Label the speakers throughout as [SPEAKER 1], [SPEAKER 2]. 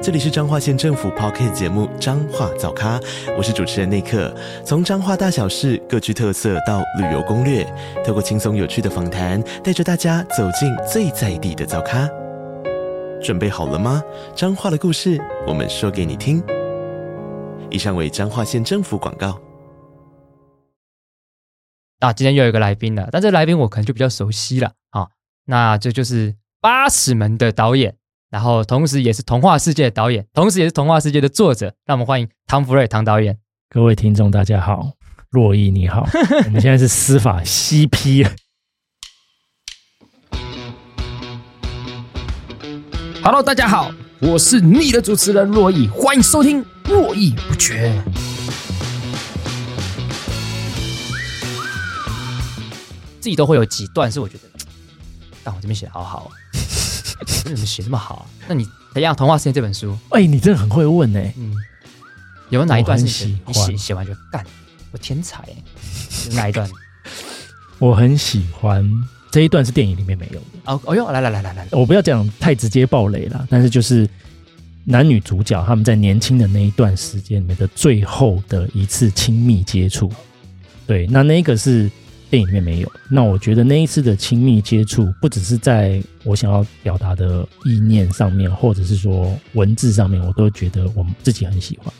[SPEAKER 1] 这里是彰化县政府 p o c k t 节目《彰化早咖》，我是主持人内克。从彰化大小事各具特色到旅游攻略，透过轻松有趣的访谈，带着大家走进最在地的早咖。准备好了吗？彰化的故事，我们说给你听。以上为彰化县政府广告。
[SPEAKER 2] 啊，今天又有一个来宾了，但这来宾我可能就比较熟悉了啊。那这就是《八尺门》的导演，然后同时也是《童话世界》的导演，同时也是《童话世界》的作者。让我们欢迎唐福瑞唐导演。
[SPEAKER 3] 各位听众，大家好，洛伊你好，我们现在是司法啊 CP，
[SPEAKER 4] Hello，大家好，我是你的主持人洛毅，欢迎收听《络绎不绝》。
[SPEAKER 2] 自己都会有几段是我觉得，但我这边写的好 好、啊，你怎么写这么好啊、那你培养《童话世界》这本书，
[SPEAKER 3] 哎、你真的很会问哎、
[SPEAKER 2] 嗯，有没有哪一段是你觉得
[SPEAKER 3] 我
[SPEAKER 2] 你
[SPEAKER 3] 很喜欢
[SPEAKER 2] 写写完就干，我天才、欸？有哪一段？
[SPEAKER 3] 我很喜欢这一段是电影里面没有的，
[SPEAKER 2] 哦哦哟，来来来来来，
[SPEAKER 3] 我不要讲太直接暴雷啦，但是就是男女主角他们在年轻的那一段时间里面的最后的一次亲密接触，对，那那个是电影里面没有，那我觉得那一次的亲密接触，不只是在我想要表达的意念上面，或者是说文字上面，我都觉得我们自己很喜欢。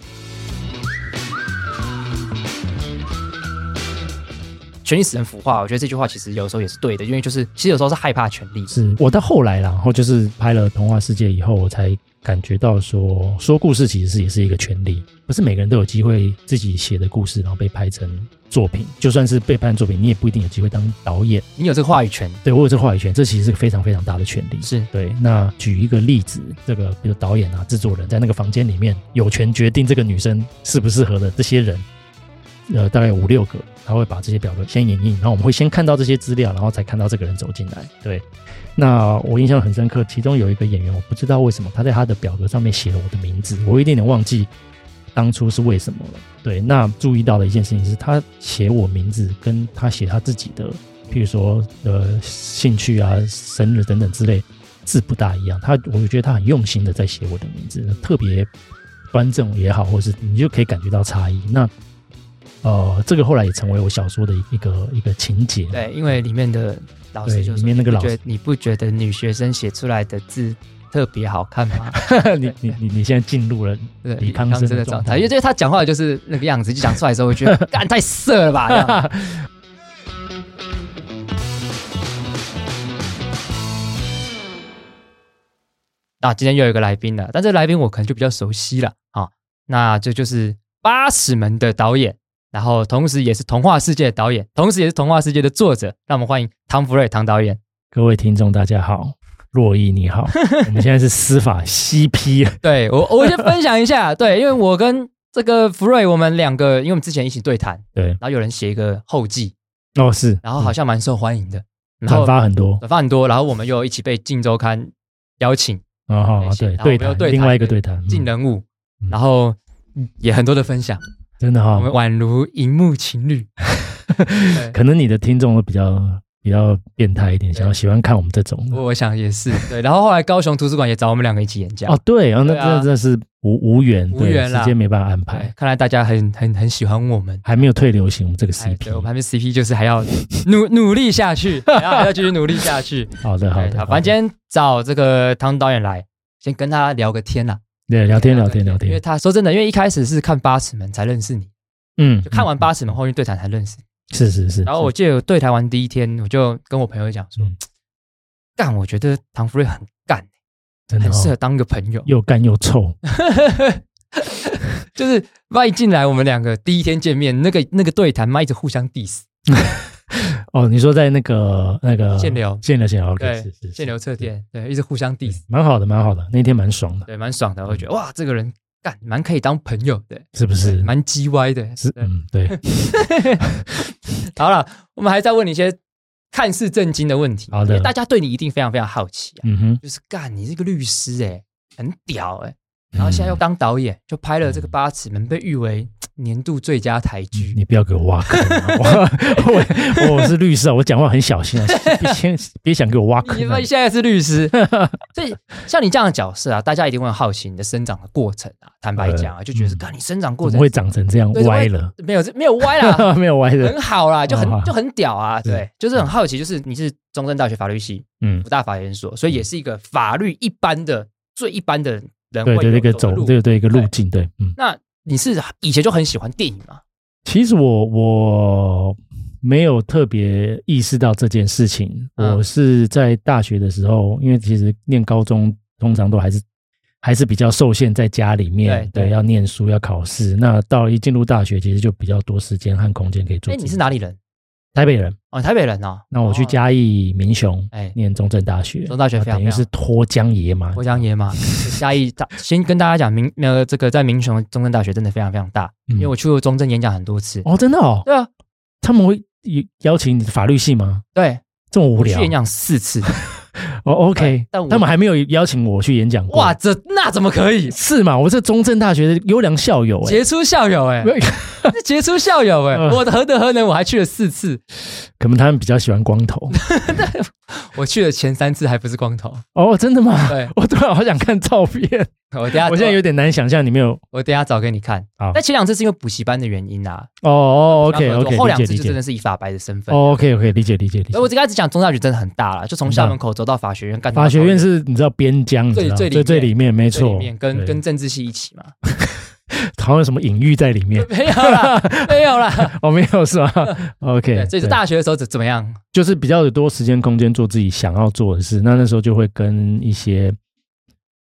[SPEAKER 2] 权力使人腐化，我觉得这句话其实有时候也是对的，因为就是其实有时候是害怕权力，
[SPEAKER 3] 是我到后来啦，然后就是拍了《童话世界》以后，我才感觉到说，说故事其实是也是一个权利，不是每个人都有机会自己写的故事，然后被拍成作品。就算是被拍成作品，你也不一定有机会当导演。
[SPEAKER 2] 你有这个话语权，
[SPEAKER 3] 对我有这话语权，这其实是个非常非常大的权利。
[SPEAKER 2] 是
[SPEAKER 3] 对，那举一个例子，这个比如导演啊、制作人在那个房间里面有权决定这个女生适不适合的这些人，呃，大概有五六个，他会把这些表格先演绎，然后我们会先看到这些资料，然后才看到这个人走进来。对，那我印象很深刻，其中有一个演员，我不知道为什么他在他的表格上面写了我的名字，我有一点点忘记当初是为什么了。对，那注意到的一件事情是他写我名字，跟他写他自己的，譬如说呃兴趣啊、生日等等之类，字不大一样。他我觉得他很用心的在写我的名字，特别端正也好，或是你就可以感觉到差异。那呃，这个后来也成为我小说的一个一个情节。
[SPEAKER 2] 对，因为里面的老师
[SPEAKER 3] 对
[SPEAKER 2] 就说
[SPEAKER 3] 里面那个
[SPEAKER 2] 你不觉
[SPEAKER 3] 老
[SPEAKER 2] 得你不觉
[SPEAKER 3] 师
[SPEAKER 2] 得女学生写出来的字特别好看 吗？
[SPEAKER 3] 你你你你现在进入了
[SPEAKER 2] 对，
[SPEAKER 3] 李康生
[SPEAKER 2] 生
[SPEAKER 3] 的
[SPEAKER 2] 的
[SPEAKER 3] 状
[SPEAKER 2] 状
[SPEAKER 3] 态
[SPEAKER 2] 态，因为因为他讲话就是那个样子，就讲出来的时候，我觉得 干太色了吧。这样 啊，今天又有一个来宾了，但这来宾我可能就比较熟悉了啊。那这就是《八尺门》的导演，然后同时也是《童话世界》的导演，同时也是《童话世界》的作者。让我们欢迎唐福瑞唐导演。
[SPEAKER 3] 各位听众，大家好，洛伊你 好，我们现在是司法 CP，
[SPEAKER 2] 对我，我先分享一下，对，因为我跟这个福瑞，我们两个，因为我们之前一起对谈，
[SPEAKER 3] 对，
[SPEAKER 2] 然后有人写一个后记，
[SPEAKER 3] 哦是，
[SPEAKER 2] 然后好像蛮受欢迎的，然后
[SPEAKER 3] 转发很多，
[SPEAKER 2] 转发很多，然后我们又一起被《镜周刊》邀请
[SPEAKER 3] 然后
[SPEAKER 2] 对
[SPEAKER 3] 哦对
[SPEAKER 2] 然后我们又
[SPEAKER 3] 对谈，
[SPEAKER 2] 对
[SPEAKER 3] 另
[SPEAKER 2] 谈
[SPEAKER 3] 外一个
[SPEAKER 2] 对
[SPEAKER 3] 对谈，嗯
[SPEAKER 2] 进人物，
[SPEAKER 3] 嗯哦
[SPEAKER 2] 然后也很多的分享，
[SPEAKER 3] 真的
[SPEAKER 2] 我
[SPEAKER 3] 哈
[SPEAKER 2] 们，宛如荧幕情 侣。对
[SPEAKER 3] 可能你的听众都比较比较变态一点，
[SPEAKER 2] 对
[SPEAKER 3] 想要喜欢看我们这种
[SPEAKER 2] 我我想也是对，然后后来高雄图书馆也找我们两个一起演讲
[SPEAKER 3] 哦，，对，然后那
[SPEAKER 2] 对啊
[SPEAKER 3] 那真的是无无缘，
[SPEAKER 2] 无
[SPEAKER 3] 对
[SPEAKER 2] 缘啦
[SPEAKER 3] 时间没办法安
[SPEAKER 2] 对
[SPEAKER 3] 排，，
[SPEAKER 2] 看来大家很很很喜欢我们。
[SPEAKER 3] 还没有退流行，我们这个
[SPEAKER 2] 哎，对我们
[SPEAKER 3] CP，
[SPEAKER 2] 还没 CP，就是还要努 努力下去，还要还要继续努力下去。
[SPEAKER 3] 好 哦的好
[SPEAKER 2] 对，
[SPEAKER 3] 的，
[SPEAKER 2] 哎反正今天找这个唐导演来，先跟他聊个天啊啦，
[SPEAKER 3] 对哎聊天聊天聊
[SPEAKER 2] 因为
[SPEAKER 3] 天，
[SPEAKER 2] 他说真的，因为一开始是看《八尺门》才认识你，
[SPEAKER 3] 嗯
[SPEAKER 2] 就看完《
[SPEAKER 3] 嗯
[SPEAKER 2] 八尺门》后面对谈才认识你。
[SPEAKER 3] 是是是，
[SPEAKER 2] 然后我记得我对谈完第一天，我就跟我朋友讲说
[SPEAKER 3] 嗯，
[SPEAKER 2] 干，我觉得唐福瑞很干，
[SPEAKER 3] 真的
[SPEAKER 2] 很
[SPEAKER 3] 哦
[SPEAKER 2] 适合当个朋友，
[SPEAKER 3] 又干 又臭，
[SPEAKER 2] 就是妈一进来，我们两个第一天见面，那个那个对谈妈一直互相 diss，
[SPEAKER 3] 哦，你说在那个那个
[SPEAKER 2] 限流
[SPEAKER 3] 限流限流，OK，
[SPEAKER 2] 对
[SPEAKER 3] 是是，
[SPEAKER 2] 限流测电，对，一直互相 diss，
[SPEAKER 3] 蛮好的，蛮好的，那天蛮爽的，
[SPEAKER 2] 对，蛮爽的，我觉得哇，这个人干蛮可以当朋友的，
[SPEAKER 3] 是不
[SPEAKER 2] 对
[SPEAKER 3] 嗯是？
[SPEAKER 2] 蛮叽歪的，
[SPEAKER 3] 是嗯
[SPEAKER 2] 对
[SPEAKER 3] 嗯，对，
[SPEAKER 2] 好了，我们还在问你一些看似震惊的问题，
[SPEAKER 3] 好的
[SPEAKER 2] 因为大家对你一定非常非常好奇啊，
[SPEAKER 3] 嗯哼，
[SPEAKER 2] 就是干你是个律师哎、很屌哎、然后现
[SPEAKER 3] 嗯
[SPEAKER 2] 在又当导演，就拍了这个《八尺门》，被誉为年度最佳台剧。
[SPEAKER 3] 嗯你不要给我挖坑、啊，我 我我是律师啊，我讲话很小心啊，别先别想给我挖
[SPEAKER 2] 你
[SPEAKER 3] 坑、啊
[SPEAKER 2] 们。现在是律师， 所以像你这样的角色啊，大家一定会很好奇你的生长的过程啊。坦白讲啊，就觉得是
[SPEAKER 3] 嗯
[SPEAKER 2] 干你生长过
[SPEAKER 3] 怎
[SPEAKER 2] 程
[SPEAKER 3] 么会长成这样
[SPEAKER 2] 对怎么会
[SPEAKER 3] 歪了？
[SPEAKER 2] 没有没有歪啦，
[SPEAKER 3] 没有歪 的，
[SPEAKER 2] 很好啦，就很
[SPEAKER 3] 啊
[SPEAKER 2] 就很屌啊，
[SPEAKER 3] 是
[SPEAKER 2] 对，就是很好奇，就是你是中正大学法律系
[SPEAKER 3] 嗯
[SPEAKER 2] 福，大法研所，所以也是一个法律一般的最一般的人
[SPEAKER 3] 对
[SPEAKER 2] 会
[SPEAKER 3] 对，
[SPEAKER 2] 有
[SPEAKER 3] 这个
[SPEAKER 2] 的
[SPEAKER 3] 走
[SPEAKER 2] 路
[SPEAKER 3] 对对一个路径，对，嗯。
[SPEAKER 2] 那你是以前就很喜欢电影嘛？
[SPEAKER 3] 其实我我没有特别意识到这件事情，
[SPEAKER 2] 嗯
[SPEAKER 3] 我是在大学的时候，因为其实念高中通常都还是还是比较受限在家里面，
[SPEAKER 2] 对对
[SPEAKER 3] 要念书要考试。那到了一进入大学，其实就比较多时间和空间可以做
[SPEAKER 2] 哎，
[SPEAKER 3] 自己。
[SPEAKER 2] 你是哪里人？
[SPEAKER 3] 台北人？
[SPEAKER 2] 哦，台北人哦。
[SPEAKER 3] 那我去
[SPEAKER 2] 哦，
[SPEAKER 3] 嘉义民雄，
[SPEAKER 2] 哎
[SPEAKER 3] 念中正大学，
[SPEAKER 2] 中正大学非常
[SPEAKER 3] 等于是脱缰野马，
[SPEAKER 2] 我讲野 马，嘉义大，先跟大家讲，明呃，这个在民雄中正大学真的非常非常大，
[SPEAKER 3] 嗯
[SPEAKER 2] 因为我去过中正演讲很多次。
[SPEAKER 3] 哦，真的哦，
[SPEAKER 2] 对啊，
[SPEAKER 3] 他们会邀请你的法律系吗？
[SPEAKER 2] 对，啊
[SPEAKER 3] 这么无
[SPEAKER 2] 我去
[SPEAKER 3] 聊
[SPEAKER 2] 演讲四 次，
[SPEAKER 3] 哦，OK，
[SPEAKER 2] 但我
[SPEAKER 3] 他们还没有邀请我去演讲过。
[SPEAKER 2] 哇，这那怎么可以？
[SPEAKER 3] 是嘛？我这中正大学的优良校友哎、
[SPEAKER 2] 杰出校友哎、
[SPEAKER 3] 没有
[SPEAKER 2] 是杰出校友哎、
[SPEAKER 3] 嗯
[SPEAKER 2] 我的何德何能，我还去了四次，
[SPEAKER 3] 可能他们比较喜欢光头
[SPEAKER 2] 我去了前三次还不是光头。
[SPEAKER 3] 哦，真的吗？
[SPEAKER 2] 对，
[SPEAKER 3] 我突然好想看照片，
[SPEAKER 2] 我等一下
[SPEAKER 3] 我现在有点难想象你没有
[SPEAKER 2] 我等一下找给你看
[SPEAKER 3] 好。
[SPEAKER 2] 但前两次是因为补习班的原因啊。
[SPEAKER 3] 哦哦
[SPEAKER 2] 然
[SPEAKER 3] ，OK
[SPEAKER 2] 后合作
[SPEAKER 3] OK，
[SPEAKER 2] 后两
[SPEAKER 3] 理
[SPEAKER 2] 次
[SPEAKER 3] 解
[SPEAKER 2] 就
[SPEAKER 3] 理
[SPEAKER 2] 真的
[SPEAKER 3] 解，
[SPEAKER 2] 是以法白的身份。
[SPEAKER 3] 哦 OK OK，理解理解理
[SPEAKER 2] 所以我
[SPEAKER 3] 解。
[SPEAKER 2] 只开始讲中大学真的很大啦，就从校门口走到法学院，干
[SPEAKER 3] 法学院是你知道边疆，你
[SPEAKER 2] 最
[SPEAKER 3] 知道
[SPEAKER 2] 最里
[SPEAKER 3] 最最
[SPEAKER 2] 面
[SPEAKER 3] 里面，没
[SPEAKER 2] 没
[SPEAKER 3] 错，
[SPEAKER 2] 里面跟
[SPEAKER 3] 对
[SPEAKER 2] 跟政治系一起嘛，
[SPEAKER 3] 好像有什么隐喻在里 面
[SPEAKER 2] 没有啦，没有啦。
[SPEAKER 3] 哦，没有 是吧？OK，
[SPEAKER 2] 对，所以是
[SPEAKER 3] 对
[SPEAKER 2] 大学的时候怎怎么样？
[SPEAKER 3] 就是比较有多时间空间做自己想要做的事。那那时候就会跟一些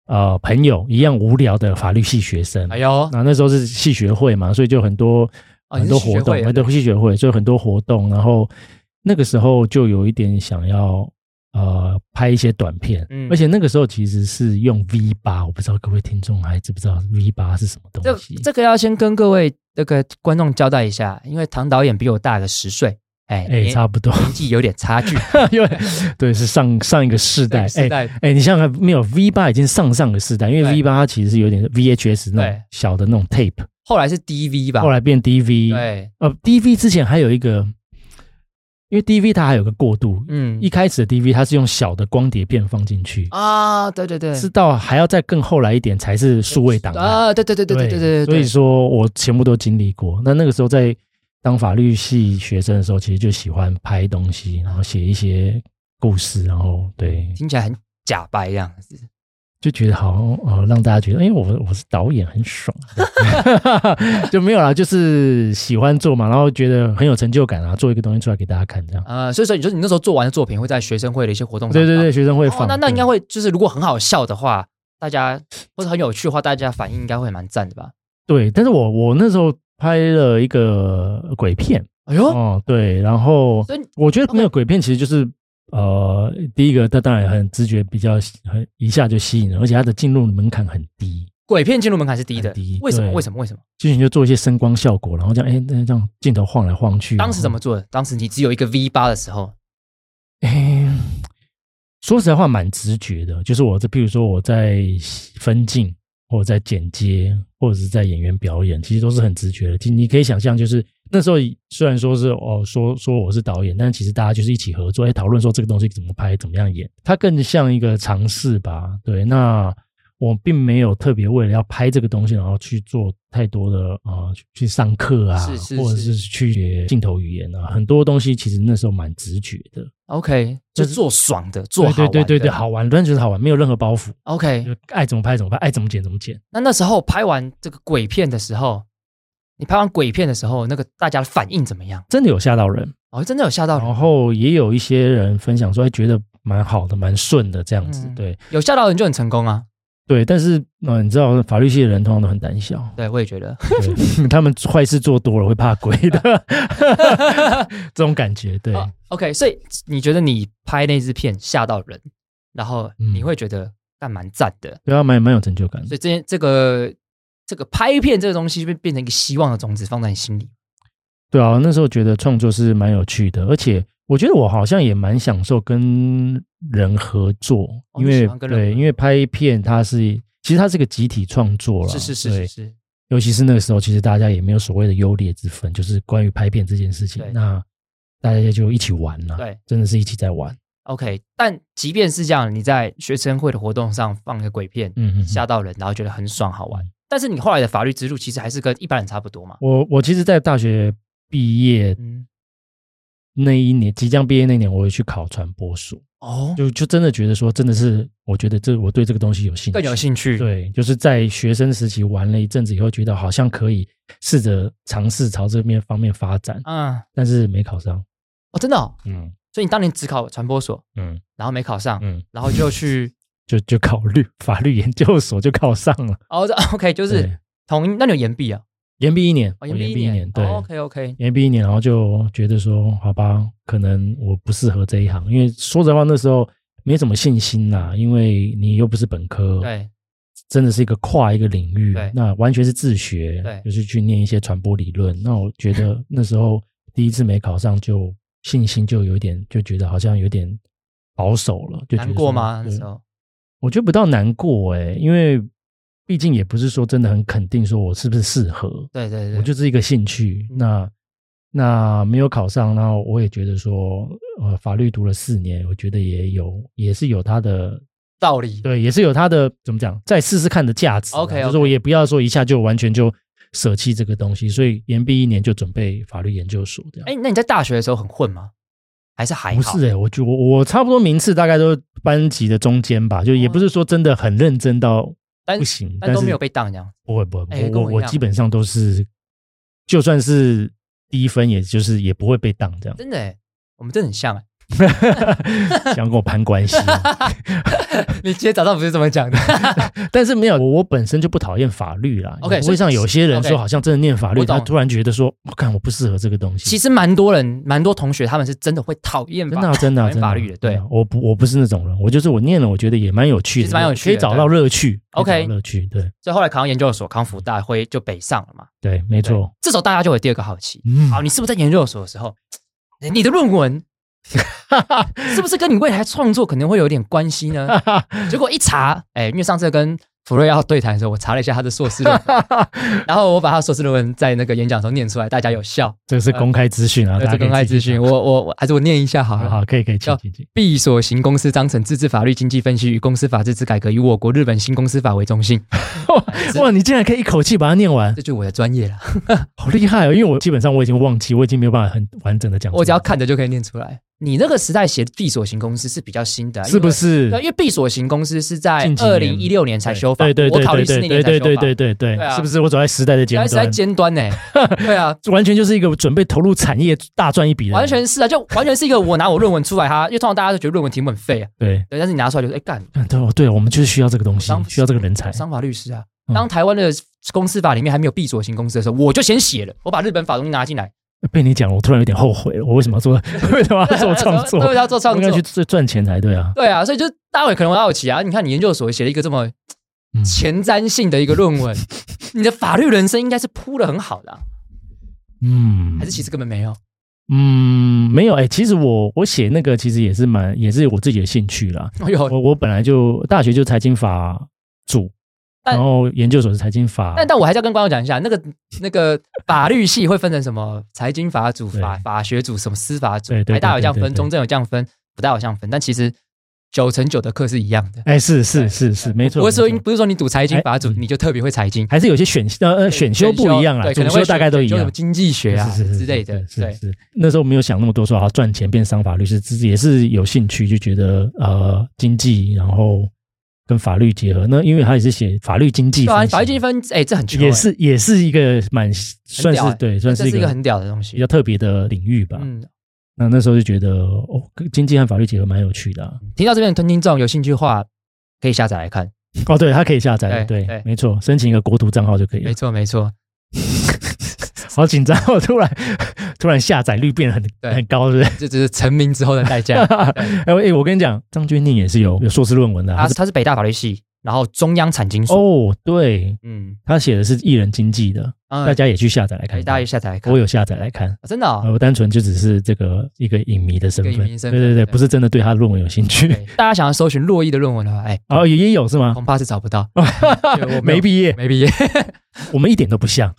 [SPEAKER 3] 呃朋友一样无聊的法律系学生，
[SPEAKER 2] 哎呦，
[SPEAKER 3] 那那时候是系学会嘛，所以就很多、
[SPEAKER 2] 哦
[SPEAKER 3] 很
[SPEAKER 2] 你是
[SPEAKER 3] 多
[SPEAKER 2] 系学
[SPEAKER 3] 活动
[SPEAKER 2] 会，的
[SPEAKER 3] 呃对系学会，所以很多活动。然后那个时候就有一点想要呃拍一些短片，
[SPEAKER 2] 嗯
[SPEAKER 3] 而且那个时候其实是用 V 八，我不知道各位听众还知不知道 V 八是什么
[SPEAKER 2] 这
[SPEAKER 3] 东西？
[SPEAKER 2] 这个要先跟各位那个观众交代一下，因为唐导演比我大个十岁，哎，
[SPEAKER 3] 哎、
[SPEAKER 2] 年
[SPEAKER 3] 差不多，
[SPEAKER 2] 年纪有点差距，
[SPEAKER 3] 因为对是上上一个世代，哎
[SPEAKER 2] 时代
[SPEAKER 3] 哎、你想想看，没有 V 八已经上上个世代，因为
[SPEAKER 2] 对
[SPEAKER 3] V 八它其实是有点 VHS 那
[SPEAKER 2] 对
[SPEAKER 3] 种小的那种 tape，
[SPEAKER 2] 后来是 DV 吧，
[SPEAKER 3] 后来变 DV，
[SPEAKER 2] 对，
[SPEAKER 3] 呃，DV 之前还有一个，因为 DV 它还有个过渡，
[SPEAKER 2] 嗯
[SPEAKER 3] 一开始的 DV 它是用小的光碟片放进去，
[SPEAKER 2] 啊，对对对，
[SPEAKER 3] 直到还要再更后来一点才是数位档案。
[SPEAKER 2] 啊，对对对对对对对对，
[SPEAKER 3] 所以说我全部都经历过。那那个时候在当法律系学生的时候，其实就喜欢拍东西，然后写一些故事，然后对，
[SPEAKER 2] 听起来很假白这样子。
[SPEAKER 3] 就觉得好像呃，让大家觉得，哎、我我是导演，很爽， 就没有啦，就是喜欢做嘛，然后觉得很有成就感啊，做一个东西出来给大家看，这样。
[SPEAKER 2] 呃，所以说你说你那时候做完的作品会在学生会的一些活动上
[SPEAKER 3] 对对对，
[SPEAKER 2] 放
[SPEAKER 3] 学生会放，
[SPEAKER 2] 哦，那那
[SPEAKER 3] 对
[SPEAKER 2] 应该会就是如果很好笑的话，大家或者很有趣的话，大家反应应该会蛮赞的吧？
[SPEAKER 3] 对，但是我我那时候拍了一个鬼片，
[SPEAKER 2] 哎呦，
[SPEAKER 3] 哦，对，然后
[SPEAKER 2] 所以你
[SPEAKER 3] 我觉得没有鬼片其实就是。呃，第一个，它当然很直觉，比较很一下就吸引人，而且它的进入门槛很低，
[SPEAKER 2] 鬼片进入门槛是低的
[SPEAKER 3] 很低，
[SPEAKER 2] 为什么？
[SPEAKER 3] 对
[SPEAKER 2] 为什么？为什么？
[SPEAKER 3] 之前就做一些声光效果，然后这样，哎、那这样镜头晃来晃去。
[SPEAKER 2] 当时
[SPEAKER 3] 然
[SPEAKER 2] 怎
[SPEAKER 3] 后
[SPEAKER 2] 么做的？当时你只有一个 V 八的时候，
[SPEAKER 3] 诶，说实在话，蛮直觉的。就是我这，譬如说我在分镜，或者在剪接，或者是在演员表演，其实都是很直觉的。其实你可以想象，就是那时候虽然说是哦说说我是导演，但其实大家就是一起合作，哎，讨论说这个东西怎么拍，怎么样演，它更像一个尝试吧。对，那。我并没有特别为了要拍这个东西，然后去做太多的啊、呃去去上课啊，
[SPEAKER 2] 是是
[SPEAKER 3] 或者
[SPEAKER 2] 是
[SPEAKER 3] 是去学镜头语言啊，很多东西其实那时候蛮直觉的。
[SPEAKER 2] OK，就
[SPEAKER 3] 就是
[SPEAKER 2] 做爽的，做好
[SPEAKER 3] 对
[SPEAKER 2] 玩
[SPEAKER 3] 对对对对，
[SPEAKER 2] 的
[SPEAKER 3] 好玩，真的觉得好玩，没有任何包袱，
[SPEAKER 2] OK，
[SPEAKER 3] 就爱怎么拍怎么拍，爱怎么剪怎么剪。
[SPEAKER 2] 那那时候拍完这个鬼片的时候，你拍完鬼片的时候，那个大家的反应怎么样？
[SPEAKER 3] 真的有吓到人，
[SPEAKER 2] 哦，真的有吓到人，
[SPEAKER 3] 然后也有一些人分享说，哎，觉得蛮好的，蛮顺的这样子。
[SPEAKER 2] 嗯
[SPEAKER 3] 对
[SPEAKER 2] 有吓到人就很成功啊。
[SPEAKER 3] 对，但是呃，你知道法律系的人通常都很胆小，
[SPEAKER 2] 对，我也觉 得。
[SPEAKER 3] 对他们坏事做多了会怕鬼的， 这种感觉。对，
[SPEAKER 2] 啊 OK，所以你觉得你拍那支片吓到人，然后
[SPEAKER 3] 嗯
[SPEAKER 2] 你会觉得但蛮赞的，
[SPEAKER 3] 对啊，蛮蛮有成就感的
[SPEAKER 2] 所以。这件这个这个拍片这个东西就变成一个希望的种子放在你心里。
[SPEAKER 3] 对啊，那时候觉得创作是蛮有趣的，而且我觉得我好像也蛮享受跟人合作，
[SPEAKER 2] 哦
[SPEAKER 3] 因
[SPEAKER 2] 你喜
[SPEAKER 3] 为
[SPEAKER 2] 欢跟人合
[SPEAKER 3] 对，
[SPEAKER 2] 作
[SPEAKER 3] 因为拍片它是其实它是个集体创作了，
[SPEAKER 2] 是是是
[SPEAKER 3] 对
[SPEAKER 2] 是是，
[SPEAKER 3] 尤其是那个时候，其实大家也没有所谓的优劣之分，就是关于拍片这件事情
[SPEAKER 2] 对，
[SPEAKER 3] 那大家就一起玩了、
[SPEAKER 2] 对
[SPEAKER 3] 真的是一起在玩，
[SPEAKER 2] OK。但即便是这样，你在学生会的活动上放个鬼片，
[SPEAKER 3] 嗯嗯嗯。
[SPEAKER 2] 吓到人，然后觉得很爽好玩
[SPEAKER 3] 嗯。
[SPEAKER 2] 但是你后来的法律之路其实还是跟一般人差不多嘛。
[SPEAKER 3] 我我其实，在大学毕业
[SPEAKER 2] 嗯，
[SPEAKER 3] 那一年，即将毕业那年，我有去考传播所，
[SPEAKER 2] 哦，
[SPEAKER 3] 就就真的觉得说，真的是，我觉得这我对这个东西有兴趣，
[SPEAKER 2] 更有兴趣。
[SPEAKER 3] 对，就是在学生时期玩了一阵子以后，觉得好像可以试着尝试朝这面方面发展，
[SPEAKER 2] 嗯，
[SPEAKER 3] 但是没考上。
[SPEAKER 2] 哦，真的哦。
[SPEAKER 3] 啊嗯
[SPEAKER 2] 所以你当年只考传播所，
[SPEAKER 3] 嗯
[SPEAKER 2] 然后没考上，
[SPEAKER 3] 嗯，
[SPEAKER 2] 然后就去
[SPEAKER 3] 就就考虑 法律研究所就考上了，
[SPEAKER 2] 哦这，OK，就
[SPEAKER 3] 就是
[SPEAKER 2] 同那你有延毕啊？
[SPEAKER 3] 延毕一年，
[SPEAKER 2] 哦，
[SPEAKER 3] 我
[SPEAKER 2] 延毕
[SPEAKER 3] 延
[SPEAKER 2] 一
[SPEAKER 3] 毕一年，对。
[SPEAKER 2] OK OK，
[SPEAKER 3] 延毕一年，然后就觉得说，好吧，可能我不适合这一行，因为说实话那时候没什么信心啦，因为你又不是本科，，
[SPEAKER 2] 对，
[SPEAKER 3] 真的是一个跨一个领域
[SPEAKER 2] 对，
[SPEAKER 3] 那完全是自学，
[SPEAKER 2] 对
[SPEAKER 3] 就是去念一些传播理论。那我觉得那时候第一次没考上就，信心就有一点，就觉得好像有点保守了，就觉得
[SPEAKER 2] 难过
[SPEAKER 3] 说
[SPEAKER 2] 吗？那
[SPEAKER 3] 对
[SPEAKER 2] 时候
[SPEAKER 3] 我觉得不到难过诶、因为毕竟也不是说真的很肯定说我是不是适合，
[SPEAKER 2] 对对对，
[SPEAKER 3] 我就是一个兴趣。
[SPEAKER 2] 嗯
[SPEAKER 3] 那那没有考上，那我也觉得说，呃，法律读了四年，我觉得也有也是有它的
[SPEAKER 2] 道理。
[SPEAKER 3] 对，也是有它的怎么讲，再试试看的价值啦。啊
[SPEAKER 2] OK，OK
[SPEAKER 3] 就是我也不要说一下就完全就舍弃这个东西，所以延毕一年就准备法律研究所这样。
[SPEAKER 2] 哎，那你在大学的时候很混吗？还是还
[SPEAKER 3] 不
[SPEAKER 2] 好？
[SPEAKER 3] 是哎、我就我我差不多名次大概都班级的中间吧，就也不是说真的很认真到
[SPEAKER 2] 哦但
[SPEAKER 3] 不行，
[SPEAKER 2] 但
[SPEAKER 3] 但
[SPEAKER 2] 都没
[SPEAKER 3] 是
[SPEAKER 2] 有被当这样。
[SPEAKER 3] 不会不会，
[SPEAKER 2] 哎跟
[SPEAKER 3] 我
[SPEAKER 2] 我
[SPEAKER 3] 我
[SPEAKER 2] 一
[SPEAKER 3] 我
[SPEAKER 2] 样
[SPEAKER 3] 基本上都是，就算是低分，也就是也不会被当这样，
[SPEAKER 2] 真的欸，我们真的很像欸
[SPEAKER 3] 想跟我攀关系。
[SPEAKER 2] 你今天早上不是这么讲的？
[SPEAKER 3] 但是没有，我我本身就不讨厌法律啦。
[SPEAKER 2] OK，所以
[SPEAKER 3] 会上有些人
[SPEAKER 2] OK
[SPEAKER 3] 说好像真的念法律，
[SPEAKER 2] 我懂
[SPEAKER 3] 他突然觉得说，我看我不适合这个东西。
[SPEAKER 2] 其实蛮多人，蛮多同学他们是真的会讨厌
[SPEAKER 3] 真
[SPEAKER 2] 法
[SPEAKER 3] 的啊、真的
[SPEAKER 2] 讨
[SPEAKER 3] 啊、
[SPEAKER 2] 厌
[SPEAKER 3] 真的啊、
[SPEAKER 2] 法律的，对
[SPEAKER 3] 真啊，我不我不是那种人，我就是我念了，我觉得也蛮有趣
[SPEAKER 2] 其
[SPEAKER 3] 的，
[SPEAKER 2] 实蛮有趣的
[SPEAKER 3] 可以找到乐趣
[SPEAKER 2] 对
[SPEAKER 3] 可以
[SPEAKER 2] OK
[SPEAKER 3] 找到乐趣，对
[SPEAKER 2] 所以后来考上研究所，康复大会就北上了嘛。
[SPEAKER 3] 对，没
[SPEAKER 2] 对
[SPEAKER 3] 错，，
[SPEAKER 2] 这时候大家就有第二个好奇：
[SPEAKER 3] 嗯，
[SPEAKER 2] 好，你是不是在研究所的时候，你的论 文是不是跟你未来创作可能会有点关系 呢？结果一查，哎，因为上次跟福瑞奥对谈的时候，我查了一下他的硕士论文， 然后我把他硕士论文在那个演讲中念出来，大家有笑，
[SPEAKER 3] 这是公开资讯啊，
[SPEAKER 2] 呃这
[SPEAKER 3] 大家
[SPEAKER 2] 个
[SPEAKER 3] 可以
[SPEAKER 2] 公开
[SPEAKER 3] 自己
[SPEAKER 2] 资讯，我我我还是我念一下好
[SPEAKER 3] 查，好
[SPEAKER 2] 了。
[SPEAKER 3] 好，可以可以，
[SPEAKER 2] 要
[SPEAKER 3] 请请请，
[SPEAKER 2] 闭锁型公司章程自治法律经济分析与公司法自治改革以我国日本新公司法为中 心，这
[SPEAKER 3] 哇，你竟然可以一口气把它念完
[SPEAKER 2] 这，就是我的专 业了。
[SPEAKER 3] 好厉害哦！因为我基本上我已经忘记，我已经没有办法很完整的讲出来，
[SPEAKER 2] 我只要看着就可以念出来。你那个时代写闭锁型公司是比较新的啊，
[SPEAKER 3] 是不
[SPEAKER 2] 因为？
[SPEAKER 3] 是
[SPEAKER 2] 对，因为闭锁型公司是在
[SPEAKER 3] 近几
[SPEAKER 2] 二
[SPEAKER 3] 年
[SPEAKER 2] 零一六年才修法，
[SPEAKER 3] 对对对
[SPEAKER 2] 我考
[SPEAKER 3] 对
[SPEAKER 2] 虑是那
[SPEAKER 3] 对
[SPEAKER 2] 年
[SPEAKER 3] 对
[SPEAKER 2] 才
[SPEAKER 3] 对
[SPEAKER 2] 修
[SPEAKER 3] 对
[SPEAKER 2] 法，
[SPEAKER 3] 对对对
[SPEAKER 2] 对啊
[SPEAKER 3] 是不是我走在时代的尖
[SPEAKER 2] 原来是在
[SPEAKER 3] 端？
[SPEAKER 2] 尖端呢、 对啊，
[SPEAKER 3] 完全就是一个准备投入产业大赚一笔的人，
[SPEAKER 2] 完全是啊，就完全是一个我拿我论文出来哈，因为通常大家都觉得论文题目很废啊，
[SPEAKER 3] 对。
[SPEAKER 2] 对，但是你拿出来就是哎干，
[SPEAKER 3] 对哦，对，我们就是需要这个东西
[SPEAKER 2] 商，
[SPEAKER 3] 需要这个人才。
[SPEAKER 2] 商法律师啊。
[SPEAKER 3] 嗯
[SPEAKER 2] 当台湾的公司法里面还没有闭锁型公司的时候，我就先写了，我把日本法东西拿进来，
[SPEAKER 3] 被你讲，我突然有点后悔了，我为什么要做？ 为什么要 做创作？
[SPEAKER 2] 对，啊要做创
[SPEAKER 3] 应该
[SPEAKER 2] 作
[SPEAKER 3] 去，赚赚钱才对啊。
[SPEAKER 2] 对啊，所以就大家也可能会好奇啊，你看你研究所写了一个这么
[SPEAKER 3] 嗯
[SPEAKER 2] 前瞻性的一个论 文，你的法律人生应该是铺的很好的啊、
[SPEAKER 3] 嗯
[SPEAKER 2] 还是其实根本没有？
[SPEAKER 3] 嗯，没有哎、其实我我写那个其实也是蛮也是我自己的兴趣啦。
[SPEAKER 2] 哎呦，
[SPEAKER 3] 我我本来就大学就财经法组，
[SPEAKER 2] 但
[SPEAKER 3] 然后研究所是财经法，
[SPEAKER 2] 但但我还是要跟观众讲一下，那个那个法律系会分成什么财经法组、
[SPEAKER 3] 对
[SPEAKER 2] 法法学组、什么司法组
[SPEAKER 3] 对，对
[SPEAKER 2] 台大有这样
[SPEAKER 3] 对
[SPEAKER 2] 分，
[SPEAKER 3] 对对
[SPEAKER 2] 中正有这样分，不大有这样分，但其实九成九的课是一样的。
[SPEAKER 3] 哎、是是是是，没错，
[SPEAKER 2] 不是说
[SPEAKER 3] 没错
[SPEAKER 2] 不是说你读财经
[SPEAKER 3] 哎
[SPEAKER 2] 法组
[SPEAKER 3] 嗯
[SPEAKER 2] 你就特别会财经，
[SPEAKER 3] 还是有些选呃呃选修不一样啦，
[SPEAKER 2] 对，
[SPEAKER 3] 主
[SPEAKER 2] 可能
[SPEAKER 3] 修
[SPEAKER 2] 会
[SPEAKER 3] 大概都一
[SPEAKER 2] 选修什么
[SPEAKER 3] 样。
[SPEAKER 2] 经济学啊
[SPEAKER 3] 是是是
[SPEAKER 2] 之类的，
[SPEAKER 3] 是是
[SPEAKER 2] 对。
[SPEAKER 3] 是那时候没有想那么多说好赚钱变商法律师，自己也是有兴趣，就觉得呃经济，然后跟法律结合。那因为他也是写法律经济
[SPEAKER 2] 对
[SPEAKER 3] 分
[SPEAKER 2] 啊，
[SPEAKER 3] 析，
[SPEAKER 2] 法律经济分，哎，这很穷，
[SPEAKER 3] 也是也是一个蛮算
[SPEAKER 2] 屌
[SPEAKER 3] 是
[SPEAKER 2] 欸
[SPEAKER 3] 对，算
[SPEAKER 2] 这
[SPEAKER 3] 是一
[SPEAKER 2] 是一
[SPEAKER 3] 个
[SPEAKER 2] 个很屌的东
[SPEAKER 3] 比
[SPEAKER 2] 西
[SPEAKER 3] 较。特别的领域吧。
[SPEAKER 2] 嗯，
[SPEAKER 3] 那那时候就觉得哦，跟经济和法律结合蛮有趣的啊、
[SPEAKER 2] 听到这边的听众有兴趣的话，可以下载来看。
[SPEAKER 3] 哦，对，它可以下载的，
[SPEAKER 2] 对
[SPEAKER 3] 对，
[SPEAKER 2] 对
[SPEAKER 3] 没错，申请一个国图账号就可以了
[SPEAKER 2] 哎没。错，没错，
[SPEAKER 3] 好紧张，我突然突然下载率变得
[SPEAKER 2] 对
[SPEAKER 3] 很很高，对不对？
[SPEAKER 2] 这只是成名之后的代价。
[SPEAKER 3] 哎、我哎，我跟你讲，张钧甯也是有有硕士论文的啊、
[SPEAKER 2] 他他是北大法律系，然后中央产经所。
[SPEAKER 3] 哦，对
[SPEAKER 2] 嗯，
[SPEAKER 3] 他写的是艺人经济的，
[SPEAKER 2] 嗯
[SPEAKER 3] 大家也去下载来
[SPEAKER 2] 可
[SPEAKER 3] 看
[SPEAKER 2] 以大家
[SPEAKER 3] 看
[SPEAKER 2] 一。下载来看
[SPEAKER 3] 我，有下载来看，
[SPEAKER 2] 哦真的哦
[SPEAKER 3] 呃，我单纯就只是这个一个影迷的身
[SPEAKER 2] 一个
[SPEAKER 3] 份
[SPEAKER 2] 影迷，身
[SPEAKER 3] 对
[SPEAKER 2] 份
[SPEAKER 3] 对对，
[SPEAKER 2] 对
[SPEAKER 3] 不是真的对他论文有兴趣。
[SPEAKER 2] 对大家想要搜寻洛伊的论文的话，哎，
[SPEAKER 3] 哦，也也有是吗？
[SPEAKER 2] 恐怕是找不到， 对我没
[SPEAKER 3] 哦没
[SPEAKER 2] 有
[SPEAKER 3] 毕业，
[SPEAKER 2] 没毕业。
[SPEAKER 3] 我们一点都不 像，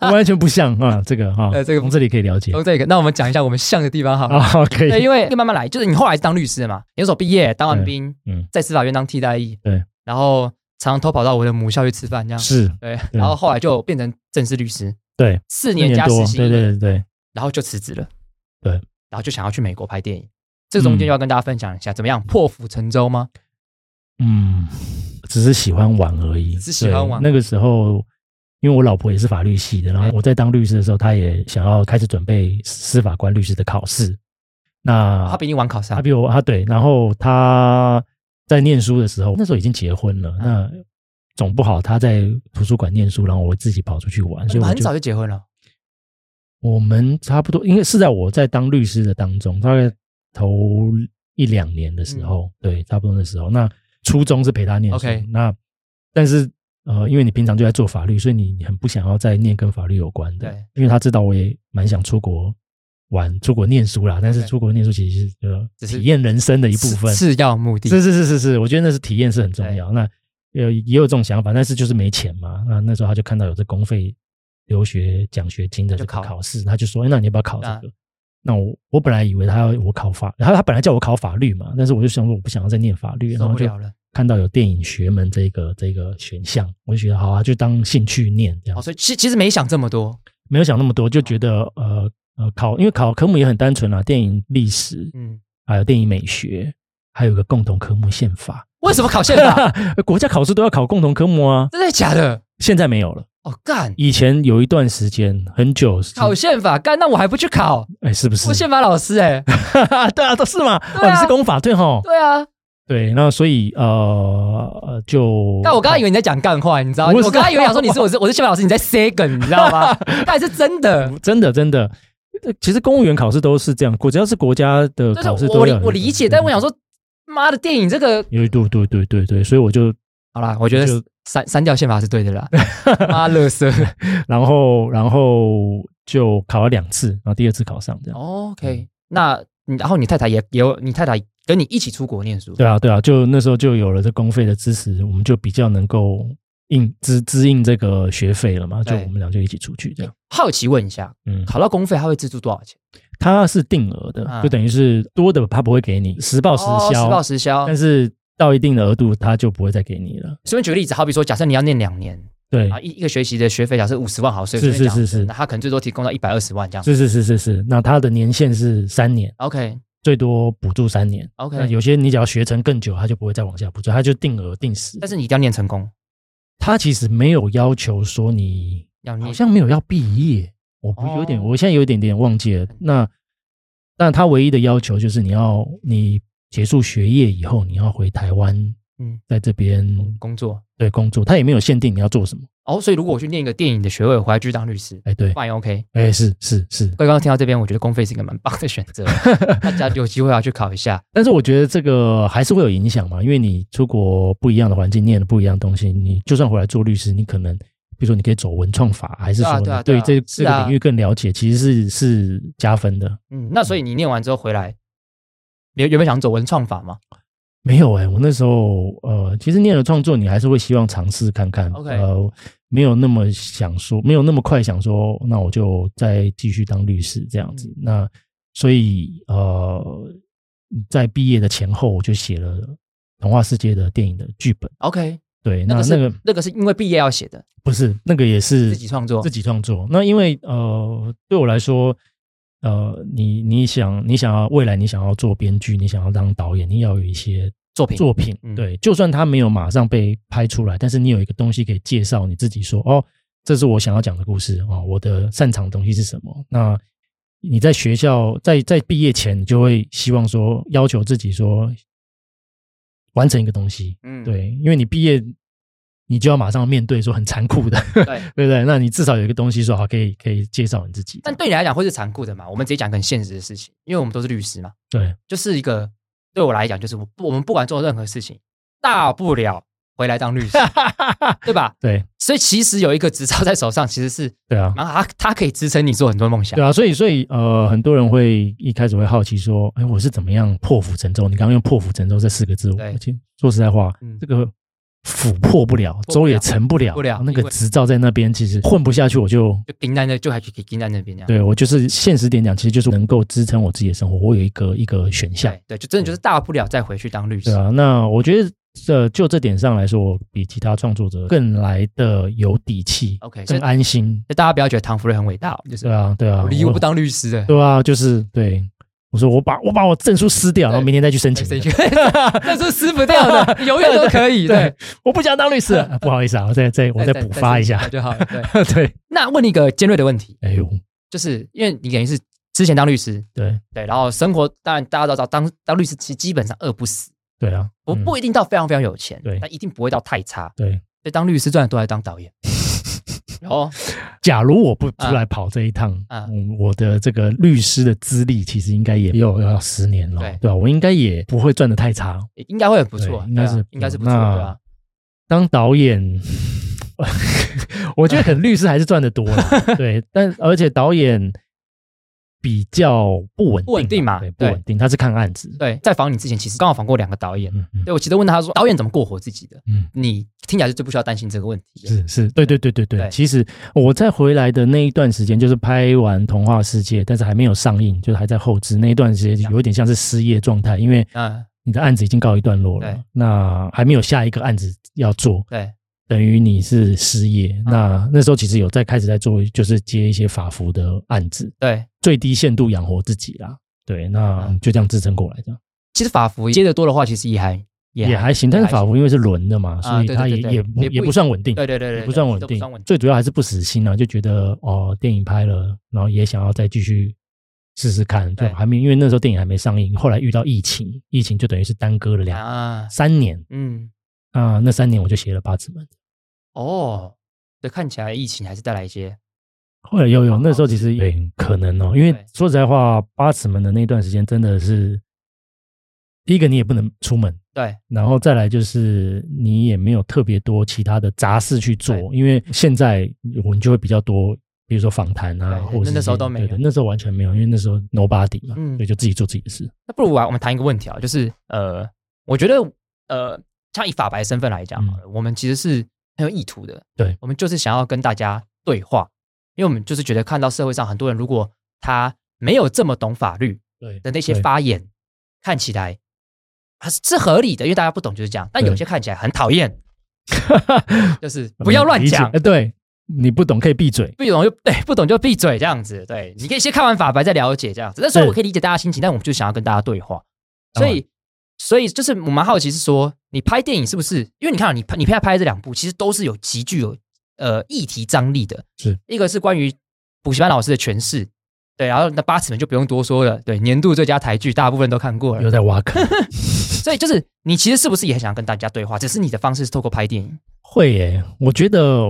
[SPEAKER 3] 我完全不像啊！这个哈
[SPEAKER 2] 呃，这个
[SPEAKER 3] 从这里可以了解
[SPEAKER 2] 从这个，那我们讲一下我们像的地方好了。
[SPEAKER 3] 啊，可
[SPEAKER 2] 对，
[SPEAKER 3] 以，
[SPEAKER 2] 因为慢慢来，就是你后来是当律师的嘛，研所毕业，当完兵，
[SPEAKER 3] 嗯，
[SPEAKER 2] 在司法院当替代役，
[SPEAKER 3] 对，
[SPEAKER 2] 然后常常偷跑到我的母校去吃饭这样，
[SPEAKER 3] 是，
[SPEAKER 2] 对，然后后来就变成正式律师，
[SPEAKER 3] 对，
[SPEAKER 2] 四
[SPEAKER 3] 四
[SPEAKER 2] 年加
[SPEAKER 3] 多
[SPEAKER 2] 实，习，
[SPEAKER 3] 对对对对，
[SPEAKER 2] 然后就辞职了，
[SPEAKER 3] 对，
[SPEAKER 2] 然后就想要去美国拍电影，这中间就要跟大家分享一下，怎么样破釜沉舟吗？
[SPEAKER 3] 嗯，只是喜欢玩而已，
[SPEAKER 2] 只是喜欢玩
[SPEAKER 3] 对那个时候，因为我老婆也是法律系的，然后我在当律师的时候，她也想要开始准备司法官律师的考试。那
[SPEAKER 2] 他比你晚考上
[SPEAKER 3] 他，比我啊对，然后他在念书的时候，那时候已经结婚
[SPEAKER 2] 嗯
[SPEAKER 3] 了，那总不好他在图书馆念书，然后我自己跑出去玩，所
[SPEAKER 2] 你
[SPEAKER 3] 以
[SPEAKER 2] 们
[SPEAKER 3] 我
[SPEAKER 2] 哎很早
[SPEAKER 3] 就
[SPEAKER 2] 就结婚了，
[SPEAKER 3] 我们差不多，因为是在我在当律师的当中，大概头一两年的时候，对，差不多的时候，那初中是陪他念书
[SPEAKER 2] 嗯 OK
[SPEAKER 3] 那但是。呃，因为你平常就在做法律，所以你你很不想要再念跟法律有关的
[SPEAKER 2] 对。
[SPEAKER 3] 因为他知道我也蛮想出国玩、出国念书啦，但是
[SPEAKER 2] OK
[SPEAKER 3] 出国念书其实是呃
[SPEAKER 2] 只是
[SPEAKER 3] 体验人生的一部分，
[SPEAKER 2] 次要目的，
[SPEAKER 3] 是是是是是，我觉得那是体验是很重要。那呃也有这种想法，但是就是没钱嘛。那那时候他就看到有这公费留学奖学金的这
[SPEAKER 2] 就
[SPEAKER 3] 个
[SPEAKER 2] 考
[SPEAKER 3] 考试，他就说：“哎，那你要不要考这
[SPEAKER 2] 啊
[SPEAKER 3] 个？”那我我本来以为他要我考法，然后他本来叫我考法律嘛，但是我就想说我不想要再念法律，然
[SPEAKER 2] 受
[SPEAKER 3] 后
[SPEAKER 2] 不
[SPEAKER 3] 就
[SPEAKER 2] 了了，
[SPEAKER 3] 看到有电影学门这个这个选项，我就觉得好啊，就当兴趣念这样
[SPEAKER 2] 哦，。所以哦其其实没想这么多，
[SPEAKER 3] 没有想那么多，就觉得呃呃考，因为考科目也很单纯啦，电影历史
[SPEAKER 2] 嗯，
[SPEAKER 3] 还有电影美学，还有一个共同科目宪法。
[SPEAKER 2] 为什么考宪法？
[SPEAKER 3] 国家考试都要考共同科目啊，
[SPEAKER 2] 真的假的？
[SPEAKER 3] 现在没有了。
[SPEAKER 2] 哦，干，
[SPEAKER 3] 以前有一段时间很久，
[SPEAKER 2] 考宪法干，那我还不去考？
[SPEAKER 3] 哎，是不是
[SPEAKER 2] 我？宪法老师哎、
[SPEAKER 3] 对啊，都是嘛。
[SPEAKER 2] 对啊
[SPEAKER 3] 哦，你是公法对吼？
[SPEAKER 2] 对啊，
[SPEAKER 3] 对，那所以呃呃，就
[SPEAKER 2] 但我刚刚以为你在讲干话，你知道？我
[SPEAKER 3] 不是
[SPEAKER 2] 刚刚以为想说你是我是我是宪法老师，你在 say 梗，你知道 吗？但是真的，
[SPEAKER 3] 真的真的，呃其实公务员考试都是这样，国只要是国家
[SPEAKER 2] 就
[SPEAKER 3] 的
[SPEAKER 2] 是
[SPEAKER 3] 考试
[SPEAKER 2] 我
[SPEAKER 3] 都
[SPEAKER 2] 理
[SPEAKER 3] 要
[SPEAKER 2] 我理解，但我想
[SPEAKER 3] 说，
[SPEAKER 2] 说，妈的电影这个
[SPEAKER 3] 因为对对对对对，所以我就
[SPEAKER 2] 好啦，我觉
[SPEAKER 3] 就
[SPEAKER 2] 得删删掉宪法是对 的啦，妈乐色。
[SPEAKER 3] 然后然后就考了两次，然后第二次考上这样。
[SPEAKER 2] OK，那嗯你然后你太太也也有，你太太跟你一起出国念书，
[SPEAKER 3] 对啊，对啊，就那时候就有了这公费的支持，我们就比较能够应支支应这个学费了嘛，就
[SPEAKER 2] 对
[SPEAKER 3] 我们俩就一起出去这样。
[SPEAKER 2] 好奇问一下，
[SPEAKER 3] 嗯，
[SPEAKER 2] 考到公费他会资助多少钱？
[SPEAKER 3] 它是定额的，
[SPEAKER 2] 啊
[SPEAKER 3] 就等于是多的他不会给你，实报实
[SPEAKER 2] 哦
[SPEAKER 3] 销，
[SPEAKER 2] 实报实销。
[SPEAKER 3] 但是到一定的额度他就不会再给你了。
[SPEAKER 2] 随便举个例子，好比说，假设你要念两年，
[SPEAKER 3] 对，
[SPEAKER 2] 啊，一一个学期的学费假设五十万好，所以
[SPEAKER 3] 嗯是
[SPEAKER 2] 随便讲
[SPEAKER 3] 是是是
[SPEAKER 2] 那他可能最多提供到一百二十万这样。
[SPEAKER 3] 是是是是是，那它的年限是三年，
[SPEAKER 2] OK
[SPEAKER 3] 最多补助三年。那
[SPEAKER 2] OK，
[SPEAKER 3] 有些你只要学成更久，他就不会再往下补助，他就定额定时。
[SPEAKER 2] 但是你一定要念成功，
[SPEAKER 3] 他其实没有要求说你
[SPEAKER 2] 要
[SPEAKER 3] 好
[SPEAKER 2] 念
[SPEAKER 3] 像没有要毕业，我不有点，
[SPEAKER 2] 哦
[SPEAKER 3] 我现在有一点点忘记了。那，但他唯一的要求就是你要你结束学业以后，你要回台湾，
[SPEAKER 2] 嗯
[SPEAKER 3] 在这边
[SPEAKER 2] 工作。
[SPEAKER 3] 对工作，他也没有限定你要做什么。
[SPEAKER 2] 哦，所以如果我去念一个电影的学位，我回来继续当律师，
[SPEAKER 3] 哎，对，
[SPEAKER 2] 那也 OK。
[SPEAKER 3] 哎，是是是，
[SPEAKER 2] 各位刚刚听到这边，我觉得公费是一个蛮棒的选 择，大家有机会要去考一下。
[SPEAKER 3] 但是我觉得这个还是会有影响嘛，因为你出国不一样的环境，念了不一样的东西，你就算回来做律师，你可能。比如说，你可以走文创法，还是
[SPEAKER 2] 对啊
[SPEAKER 3] 说
[SPEAKER 2] 对啊
[SPEAKER 3] 你
[SPEAKER 2] 对
[SPEAKER 3] 对
[SPEAKER 2] 啊
[SPEAKER 3] 这
[SPEAKER 2] 是
[SPEAKER 3] 这个
[SPEAKER 2] 啊
[SPEAKER 3] 领域更了解，其实是是加分的。
[SPEAKER 2] 嗯，那所以你念完之后回来，你原本想走文创法嘛？
[SPEAKER 3] 没有哎、我那时候呃，其实念了创作，你还是会希望尝试看看。
[SPEAKER 2] OK
[SPEAKER 3] 呃，没有那么想说，没有那么快想说，那我就再继续当律师这样子。
[SPEAKER 2] 嗯
[SPEAKER 3] 那所以呃，在毕业的前后，我就写了《童话世界》的电影的剧本。
[SPEAKER 2] OK，
[SPEAKER 3] 对，
[SPEAKER 2] 那
[SPEAKER 3] 那
[SPEAKER 2] 个是
[SPEAKER 3] 那
[SPEAKER 2] 那
[SPEAKER 3] 个
[SPEAKER 2] 个是因为毕业要写的，
[SPEAKER 3] 不是那个也是
[SPEAKER 2] 自己创作
[SPEAKER 3] 自。己创作。那因为呃，对我来说，呃，你你想你想要未来你想要做编剧，你想要当导演，你要有一些
[SPEAKER 2] 作品
[SPEAKER 3] 作品。
[SPEAKER 2] 嗯
[SPEAKER 3] 对，就算它没有马上被拍出来，但是你有一个东西可以介绍你自己说，哦，这是我想要讲的故事哦，我的擅长的东西是什么？那你在学校在在毕业前，你就会希望说要求自己说完成一个东西。
[SPEAKER 2] 嗯，
[SPEAKER 3] 对，因为你毕业，你就要马上面对说很残酷的，
[SPEAKER 2] 对。
[SPEAKER 3] 对不对？那你至少有一个东西说好，可以可以介绍你自己。
[SPEAKER 2] 但对你来讲会是残酷的嘛？我们直接讲个很现实的事情，因为我们都是律师嘛，
[SPEAKER 3] 对
[SPEAKER 2] 就是一个对我来讲，就是我不我们不管做任何事情，大不了回来当律 师，对吧？
[SPEAKER 3] 对
[SPEAKER 2] 所以其实有一个执照在手上，其实是
[SPEAKER 3] 对啊，
[SPEAKER 2] 蛮好，它它可以支撑你做很多梦想
[SPEAKER 3] 对。啊，所以所以呃，很多人会一开始会好奇说，哎，我是怎么样破釜沉舟？你刚刚用破釜沉舟这四个字，
[SPEAKER 2] 对
[SPEAKER 3] 我其实说实在话，
[SPEAKER 2] 嗯
[SPEAKER 3] 这个釜破不了，
[SPEAKER 2] 不
[SPEAKER 3] 舟也
[SPEAKER 2] 了
[SPEAKER 3] 沉不了，
[SPEAKER 2] 不了
[SPEAKER 3] 那
[SPEAKER 2] 因
[SPEAKER 3] 个
[SPEAKER 2] 为
[SPEAKER 3] 执照在那边，其实混不下去，我就
[SPEAKER 2] 就盯在那，就还可以盯在那边这样。
[SPEAKER 3] 对我就是现实点讲，其实就是能够支撑我自己的生活，我有一个一个选项。
[SPEAKER 2] 对对，就真的就是大不了再回去当律师
[SPEAKER 3] 对。啊，那我觉得这就这点上来说，我比其他创作者更来的有底气
[SPEAKER 2] OK，所
[SPEAKER 3] 更
[SPEAKER 2] 以
[SPEAKER 3] 安心。
[SPEAKER 2] 大家不要觉得唐福瑞很伟大哦，就是
[SPEAKER 3] 对啊，对啊，
[SPEAKER 2] 我离我
[SPEAKER 3] 我
[SPEAKER 2] 不当律师的，
[SPEAKER 3] 对啊，就是对我说我把我把我证书撕掉，然后
[SPEAKER 2] 对
[SPEAKER 3] 明天再去申请。
[SPEAKER 2] 这 这是撕不掉的， 永远都可以。对
[SPEAKER 3] 啊对，我不想当律师了，啊不好意思啊，我再再我再补发一下。
[SPEAKER 2] 就好了。对，
[SPEAKER 3] 对，
[SPEAKER 2] 那问一个尖锐的问题，
[SPEAKER 3] 哎呦，
[SPEAKER 2] 就是因为你等于是之前当律师，
[SPEAKER 3] 对
[SPEAKER 2] 对，然后生活当然大家都知道，当当律师其实基本上饿不死，
[SPEAKER 3] 对啊，
[SPEAKER 2] 我
[SPEAKER 3] 嗯
[SPEAKER 2] 不一定到非常非常有钱，
[SPEAKER 3] 对
[SPEAKER 2] 但一定不会到太差。
[SPEAKER 3] 对。
[SPEAKER 2] 所以当律师赚的多还是当导 演？哦，
[SPEAKER 3] 假如我不出来跑这一趟，
[SPEAKER 2] 啊啊
[SPEAKER 3] 嗯，我的这个律师的资历其实应该也有要十年了
[SPEAKER 2] 对，
[SPEAKER 3] 对吧、啊我应该也不会赚的太差，
[SPEAKER 2] 应该会很不错，
[SPEAKER 3] 对应该是
[SPEAKER 2] 对啊应该是不错，
[SPEAKER 3] 那
[SPEAKER 2] 对吧？
[SPEAKER 3] 当导演， 我觉得可能律师还是赚的多 了，对，但而且导演比较不稳定啊，
[SPEAKER 2] 不稳定嘛
[SPEAKER 3] 对，不
[SPEAKER 2] 对
[SPEAKER 3] 稳定，他是看案子，
[SPEAKER 2] 对，在访你之前，其实刚好访过两个导演，
[SPEAKER 3] 嗯嗯
[SPEAKER 2] 对我其实问他说，导演怎么过活自己的？
[SPEAKER 3] 嗯，
[SPEAKER 2] 你听起来是最不需要担心这个问题的。
[SPEAKER 3] 是是，对对对对对。
[SPEAKER 2] 对
[SPEAKER 3] 其实我在回来的那一段时间，就是拍完《童话世界》，但是还没有上映，就是还在后置那一段时间，有点像是失业状态，因为
[SPEAKER 2] 嗯，
[SPEAKER 3] 你的案子已经告一段落
[SPEAKER 2] 对
[SPEAKER 3] 了，那还没有下一个案子要做，
[SPEAKER 2] 对，
[SPEAKER 3] 等于你是失业。
[SPEAKER 2] 嗯
[SPEAKER 3] 那那时候其实有在开始在做，就是接一些法服的案子，
[SPEAKER 2] 对。
[SPEAKER 3] 最低限度养活自己啦。对，那
[SPEAKER 2] 嗯
[SPEAKER 3] 就这样支撑过来，这样
[SPEAKER 2] 其实法服接的多的话，其实也还
[SPEAKER 3] 也还行。但是法服因为是轮的嘛，所以
[SPEAKER 2] 啊对
[SPEAKER 3] 它
[SPEAKER 2] 对
[SPEAKER 3] 也
[SPEAKER 2] 对对
[SPEAKER 3] 也不
[SPEAKER 2] 也不
[SPEAKER 3] 也不算稳定。
[SPEAKER 2] 对对对对，
[SPEAKER 3] 也不算稳
[SPEAKER 2] 都
[SPEAKER 3] 定
[SPEAKER 2] 不算稳，定。
[SPEAKER 3] 最主要还是不死心啊，就觉得哦，电影拍了，然后也想要再继续试试看，就
[SPEAKER 2] 对
[SPEAKER 3] 还没因为那时候电影还没上映，后来遇到疫情，疫情就等于是耽搁了两、
[SPEAKER 2] 啊，
[SPEAKER 3] 三年
[SPEAKER 2] 嗯，
[SPEAKER 3] 啊、那三年我就写了《八尺门》，
[SPEAKER 2] 哦，对，看起来疫情还是带来一些，
[SPEAKER 3] 后来有有那时候其实对可能哦，因为
[SPEAKER 2] 对
[SPEAKER 3] 说实在话，《八尺门》的那段时间真的是，第一个你也不能出门，
[SPEAKER 2] 对
[SPEAKER 3] 然后再来就是你也没有特别多其他的杂事去做
[SPEAKER 2] 对，
[SPEAKER 3] 因为现在我们就会比较多，比如说访谈啊，
[SPEAKER 2] 对
[SPEAKER 3] 或者是
[SPEAKER 2] 那那时候都
[SPEAKER 3] 对
[SPEAKER 2] 没有
[SPEAKER 3] 对那时候完全没有，因为那时候 nobody 嘛，
[SPEAKER 2] 嗯
[SPEAKER 3] 所以就自己做自己的事。
[SPEAKER 2] 那不如啊，我们谈一个问题啊，就是呃，我觉得呃，像以法白身份来讲好了，我们其实是很有意图的，
[SPEAKER 3] 嗯对，
[SPEAKER 2] 我们就是想要跟大家对话，因为我们就是觉得看到社会上很多人，如果他没有这么懂法律
[SPEAKER 3] 对
[SPEAKER 2] 的那些
[SPEAKER 3] 对
[SPEAKER 2] 发言，看起来还是是合理的，因为大家不懂就是这样，但有
[SPEAKER 3] 对
[SPEAKER 2] 些看起来很讨厌， 就是不要乱讲
[SPEAKER 3] 理解。呃对你不懂可以闭嘴。
[SPEAKER 2] 不懂就对，不懂就闭嘴这样子。对，你可以先看完法白再了解这样子。那虽然我可以理解大家心情，但我们就想要跟大家对话，所
[SPEAKER 3] 当
[SPEAKER 2] 以所以就是我蛮好奇是说，你拍电影是不是？因为你看啊你拍你拍拍这两部，其实都是有极具有呃议题张力的。
[SPEAKER 3] 是
[SPEAKER 2] 一个是关于补习班老师的诠释，对，然后那八尺门就不用多说了，对，年度最佳台剧大部分都看过
[SPEAKER 3] 又
[SPEAKER 2] 了，
[SPEAKER 3] 在挖坑，
[SPEAKER 2] 所以就是你其实是不是也很想跟大家对话？只是你的方式是透过拍电影，
[SPEAKER 3] 会耶、我觉得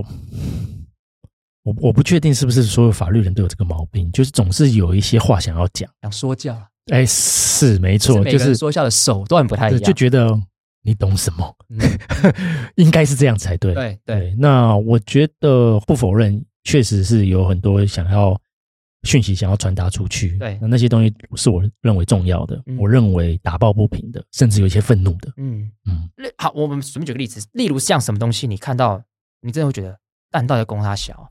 [SPEAKER 3] 我我不确定是不是所有法律人都有这个毛病，就是总是有一些话想要讲。
[SPEAKER 2] 想说教啊，
[SPEAKER 3] 哎，是没错，
[SPEAKER 2] 是每
[SPEAKER 3] 就
[SPEAKER 2] 个人
[SPEAKER 3] 是
[SPEAKER 2] 说教的手段不太一
[SPEAKER 3] 对
[SPEAKER 2] 样，
[SPEAKER 3] 就觉得你懂什么，
[SPEAKER 2] 嗯
[SPEAKER 3] 应该是这样才对。
[SPEAKER 2] 对对，
[SPEAKER 3] 那我觉得不否认，确实是有很多想要讯息想要传达出去。
[SPEAKER 2] 对
[SPEAKER 3] 那那些东西是我认为重要的，
[SPEAKER 2] 嗯
[SPEAKER 3] 我认为打抱不平的，甚至有一些愤怒的。
[SPEAKER 2] 嗯
[SPEAKER 3] 嗯，
[SPEAKER 2] 例好，我们随便举个例子，例如像什么东西，你看到你真的会觉得，但到底在攻他小啊？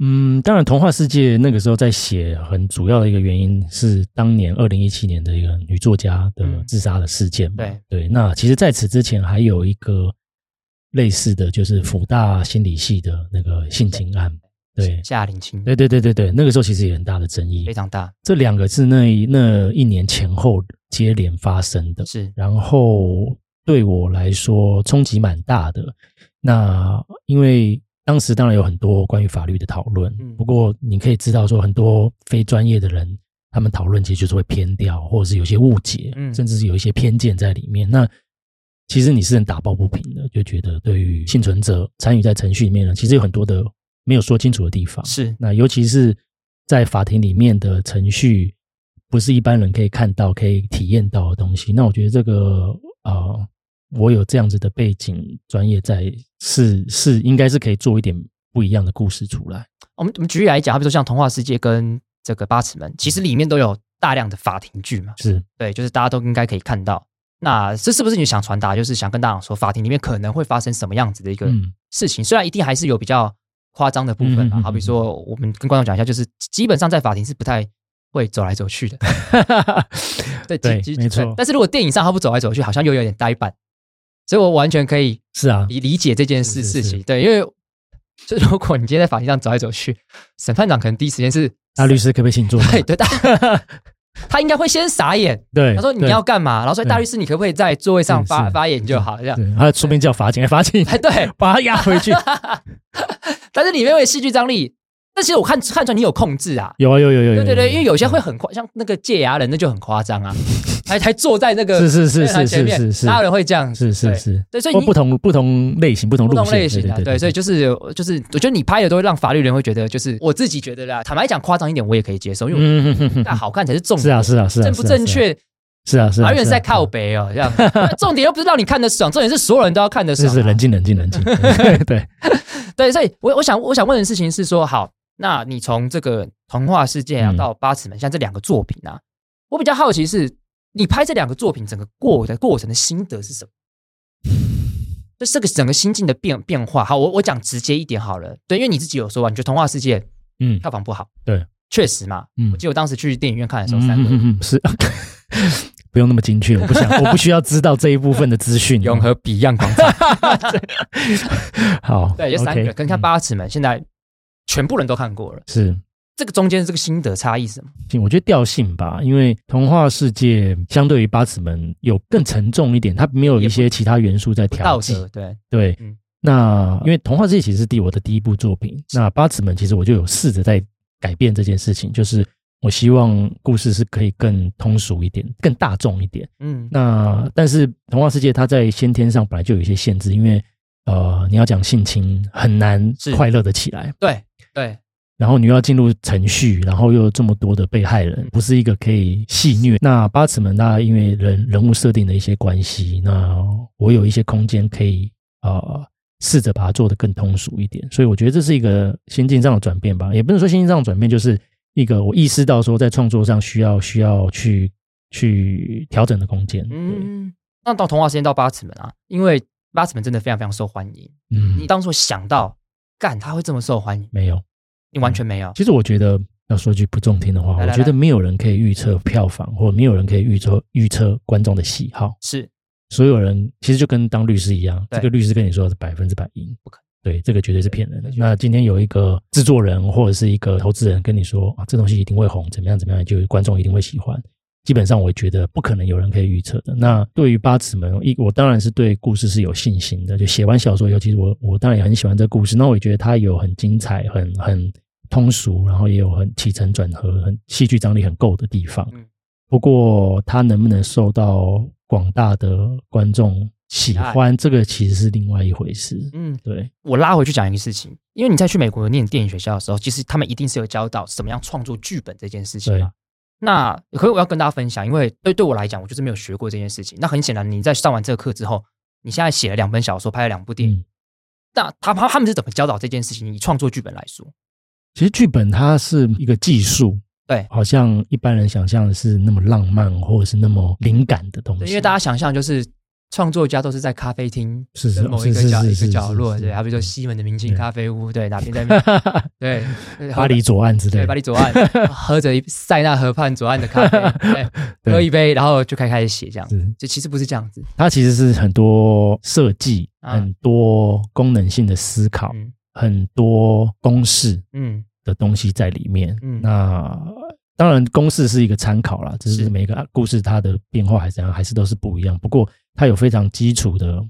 [SPEAKER 3] 嗯，当然，童话世界那个时候在写，很主要的一个原因是当年二零一七年的一个女作家的
[SPEAKER 2] 嗯
[SPEAKER 3] 自杀的事件嘛。
[SPEAKER 2] 对
[SPEAKER 3] 对，那其实在此之前还有一个类似的，
[SPEAKER 2] 嗯
[SPEAKER 3] 就是辅大心理系的那个性侵案。对，
[SPEAKER 2] 夏林清
[SPEAKER 3] 对对对对对，那个时候其实也很大的争议
[SPEAKER 2] 非。常大，
[SPEAKER 3] 这两个是那一那一年前后接连发生的，
[SPEAKER 2] 是
[SPEAKER 3] 然后对我来说冲击蛮大的。那因为当时当然有很多关于法律的讨论，
[SPEAKER 2] 嗯
[SPEAKER 3] 不过你可以知道说，很多非专业的人他们讨论其实就是会偏掉，或者是有些误解，
[SPEAKER 2] 嗯
[SPEAKER 3] 甚至是有一些偏见在里面。那其实你是很打抱不平的，就觉得对于幸存者参与在程序里面呢，其实有很多的没有说清楚的地方。
[SPEAKER 2] 是，
[SPEAKER 3] 那尤其是在法庭里面的程序，不是一般人可以看到、可以体验到的东西。那我觉得这个呃，我有这样子的背景专业在，是是应该是可以做一点不一样的故事出来。
[SPEAKER 2] 哦我们我们举例来讲，比如说像《童话世界》跟这个《八尺门》，其实里面都有大量的法庭剧嘛，
[SPEAKER 3] 是
[SPEAKER 2] 对，就是大家都应该可以看到。那这是不是你想传达，就是想跟大家说，法庭里面可能会发生什么样子的一个
[SPEAKER 3] 嗯
[SPEAKER 2] 事情？虽然一定还是有比较夸张的部分
[SPEAKER 3] 嗯嗯
[SPEAKER 2] 啊，
[SPEAKER 3] 嗯
[SPEAKER 2] 好比说我们跟观众讲一下，就是基本上在法庭是不太会走来走 去的。对
[SPEAKER 3] 对
[SPEAKER 2] 其实
[SPEAKER 3] 没错
[SPEAKER 2] 对但是如果电影上他不走来走去，好像又有点呆板，所以我完全可以
[SPEAKER 3] 是啊，
[SPEAKER 2] 理理解这件事
[SPEAKER 3] 是是
[SPEAKER 2] 事
[SPEAKER 3] 是
[SPEAKER 2] 情。对，因为就 如果你今天在法庭上走来走去，审判长可能第一时间是
[SPEAKER 3] 那律师可不可以请坐吗？
[SPEAKER 2] 对 对，大他应该会先傻眼，
[SPEAKER 3] 对，
[SPEAKER 2] 他说你
[SPEAKER 3] 对
[SPEAKER 2] 要干嘛？然后说哎
[SPEAKER 3] 对
[SPEAKER 2] 大律师，你可不可以在座位上
[SPEAKER 3] 是
[SPEAKER 2] 发
[SPEAKER 3] 是
[SPEAKER 2] 发言就好？这样
[SPEAKER 3] 对，他说不定叫法警，哎法警
[SPEAKER 2] 哎对，
[SPEAKER 3] 把他押 回去。
[SPEAKER 2] 但是里面有戏剧张力。但其实我看看出来你有控制啊，
[SPEAKER 3] 有啊有有有有，
[SPEAKER 2] 对对对，因为有些
[SPEAKER 3] 嗯
[SPEAKER 2] 会很夸，像那个戒牙人那就很夸张 啊，还还坐在那个
[SPEAKER 3] 是是是
[SPEAKER 2] 电脑
[SPEAKER 3] 是
[SPEAKER 2] 前
[SPEAKER 3] 是
[SPEAKER 2] 面
[SPEAKER 3] 是是
[SPEAKER 2] 哪有人会这样子？
[SPEAKER 3] 是是
[SPEAKER 2] 对
[SPEAKER 3] 是，
[SPEAKER 2] 对，所以
[SPEAKER 3] 或
[SPEAKER 2] 你
[SPEAKER 3] 不同不同类型、不同
[SPEAKER 2] 不
[SPEAKER 3] 路
[SPEAKER 2] 同
[SPEAKER 3] 线
[SPEAKER 2] 类型的，啊对所以就是就是，我觉得你拍的都会让法律人会觉得，就是我自己觉得啦，坦白讲，夸张一点我也可以接受，因为
[SPEAKER 3] 嗯哼哼哼
[SPEAKER 2] 但好看才是重点，
[SPEAKER 3] 是啊是啊是啊，
[SPEAKER 2] 正不
[SPEAKER 3] 是啊
[SPEAKER 2] 正？确，
[SPEAKER 3] 是啊是啊，
[SPEAKER 2] 法院是在
[SPEAKER 3] 啊
[SPEAKER 2] 靠，北哦，这样， 重点又不是让你看得爽，重点是所有人都要看得
[SPEAKER 3] 是
[SPEAKER 2] 爽、
[SPEAKER 3] 啊是是冷静冷静 冷静， 对，
[SPEAKER 2] 对，所以我我想我想问的事情是说，好，那你从这个童话世界啊
[SPEAKER 3] 嗯
[SPEAKER 2] 到八尺门，像这两个作品啊，我比较好奇是，你拍这两个作品整个过的过程的心得是什么？就这个整个心境的变变化。好，我我讲直接一点好了，对，因为你自己有说啊，你觉得童话世界
[SPEAKER 3] 嗯
[SPEAKER 2] 票房不好，
[SPEAKER 3] 对，
[SPEAKER 2] 确实嘛，
[SPEAKER 3] 嗯
[SPEAKER 2] 我记得我当时去电影院看的时候，
[SPEAKER 3] 嗯
[SPEAKER 2] 三
[SPEAKER 3] 嗯
[SPEAKER 2] 个
[SPEAKER 3] 嗯嗯是。 不用那么精确，我不 想，我不需要知道这一部分的资讯。
[SPEAKER 2] 永和 Beyond 广场，
[SPEAKER 3] 好，
[SPEAKER 2] 对，就三个，
[SPEAKER 3] OK，
[SPEAKER 2] 跟看
[SPEAKER 3] 嗯
[SPEAKER 2] 八尺门，现在全部人都看过了，
[SPEAKER 3] 是
[SPEAKER 2] 这个中间这个心得差异是什么？
[SPEAKER 3] 性我觉得调性吧，因为童话世界相对于八尺门有更沉重一点，它没有一些其他元素在调
[SPEAKER 2] 道
[SPEAKER 3] 剂。
[SPEAKER 2] 德对，
[SPEAKER 3] 对，
[SPEAKER 2] 嗯
[SPEAKER 3] 那因为童话世界其实是第我的第一部作品，那八尺门其实我就有试着在改变这件事情，就是我希望故事是可以更通俗一点、更大众一点。
[SPEAKER 2] 嗯，
[SPEAKER 3] 那但是童话世界它在先天上本来就有一些限制，因为呃，你要讲性侵很难
[SPEAKER 2] 是
[SPEAKER 3] 快乐的起来，
[SPEAKER 2] 对对。
[SPEAKER 3] 然后你又要进入程序，然后又有这么多的被害人，不是一个可以戏虐。那八尺门，那因为人人物设定的一些关系，那我有一些空间可以呃试着把它做得更通俗一点，所以我觉得这是一个心境上的转变吧，也不能说心境上的转变，就是一个我意识到说在创作上需要需要去去调整的空间。嗯
[SPEAKER 2] 嗯，那到童话时间到八尺门啊，因为八尺门真的非常非常受欢迎。
[SPEAKER 3] 嗯
[SPEAKER 2] 你，当初想到干他会这么受欢迎，
[SPEAKER 3] 没有。
[SPEAKER 2] 你完全没有。
[SPEAKER 3] 其实我觉得要说句不中听的话，
[SPEAKER 2] 来来
[SPEAKER 3] 我觉得没有人可以预测票房，或没有人可以预测预测观众的喜好。
[SPEAKER 2] 是
[SPEAKER 3] 所有人其实就跟当律师一样，
[SPEAKER 2] 对
[SPEAKER 3] 这个律师跟你说的是百分之百赢，
[SPEAKER 2] 不可
[SPEAKER 3] 对，这个绝对是骗人的。那今天有一个制作人或者是一个投资人跟你说啊，这东西一定会红，怎么样怎么样，就观众一定会喜欢。基本上我觉得不可能有人可以预测的。那对于八尺门，一我当然是对故事是有信心的。就写完小说以后，其实我我当然也很喜欢这个故事。那我也觉得它有很精彩、很很通俗，然后也有很起承转合、很戏剧张力很够的地方。不过它能不能受到广大的观众喜欢，这个其实是另外一回事。
[SPEAKER 2] 嗯，
[SPEAKER 3] 对，
[SPEAKER 2] 我拉回去讲一个事情，因为你在去美国念电影学校的时候，其实他们一定是有教到怎么样创作剧本这件事情嘛。那可是我要跟大家分享，因为对对我来讲，我就是没有学过这件事情。那很显然，你在上完这个课之后，你现在写了两本小说，拍了两部电影。
[SPEAKER 3] 嗯
[SPEAKER 2] 那他他他们是怎么教导这件事情？以创作剧本来说，
[SPEAKER 3] 其实剧本它是一个技术，
[SPEAKER 2] 对
[SPEAKER 3] 好像一般人想象的是那么浪漫或者是那么灵感的东西，
[SPEAKER 2] 对，因为大家
[SPEAKER 3] 家
[SPEAKER 2] 想象就是创作家都是在咖啡厅
[SPEAKER 3] 是是
[SPEAKER 2] 的某一
[SPEAKER 3] 是
[SPEAKER 2] 个
[SPEAKER 3] 是
[SPEAKER 2] 角
[SPEAKER 3] 是
[SPEAKER 2] 一个
[SPEAKER 3] 是是
[SPEAKER 2] 角落，
[SPEAKER 3] 是
[SPEAKER 2] 对，
[SPEAKER 3] 是
[SPEAKER 2] 好比说西门的明星
[SPEAKER 3] 对
[SPEAKER 2] 咖啡屋，对，哪边在那边对 对
[SPEAKER 3] 巴黎左岸之类
[SPEAKER 2] 对
[SPEAKER 3] 的，
[SPEAKER 2] 巴黎左岸 喝着一塞纳河畔左岸的咖啡，对，
[SPEAKER 3] 对
[SPEAKER 2] 喝一杯，然后就开开始写这样，
[SPEAKER 3] 是
[SPEAKER 2] 就其实不是这样子，
[SPEAKER 3] 它其实是很多设计、
[SPEAKER 2] 啊
[SPEAKER 3] 很多功能性的思考、
[SPEAKER 2] 嗯
[SPEAKER 3] 很多公式，
[SPEAKER 2] 嗯
[SPEAKER 3] 的东西在里面。
[SPEAKER 2] 嗯
[SPEAKER 3] 那当然公式是一个参考啦，只
[SPEAKER 2] 是
[SPEAKER 3] 是每个故事它的变化还是怎样，还是都是不一样。不过它有非常基础的、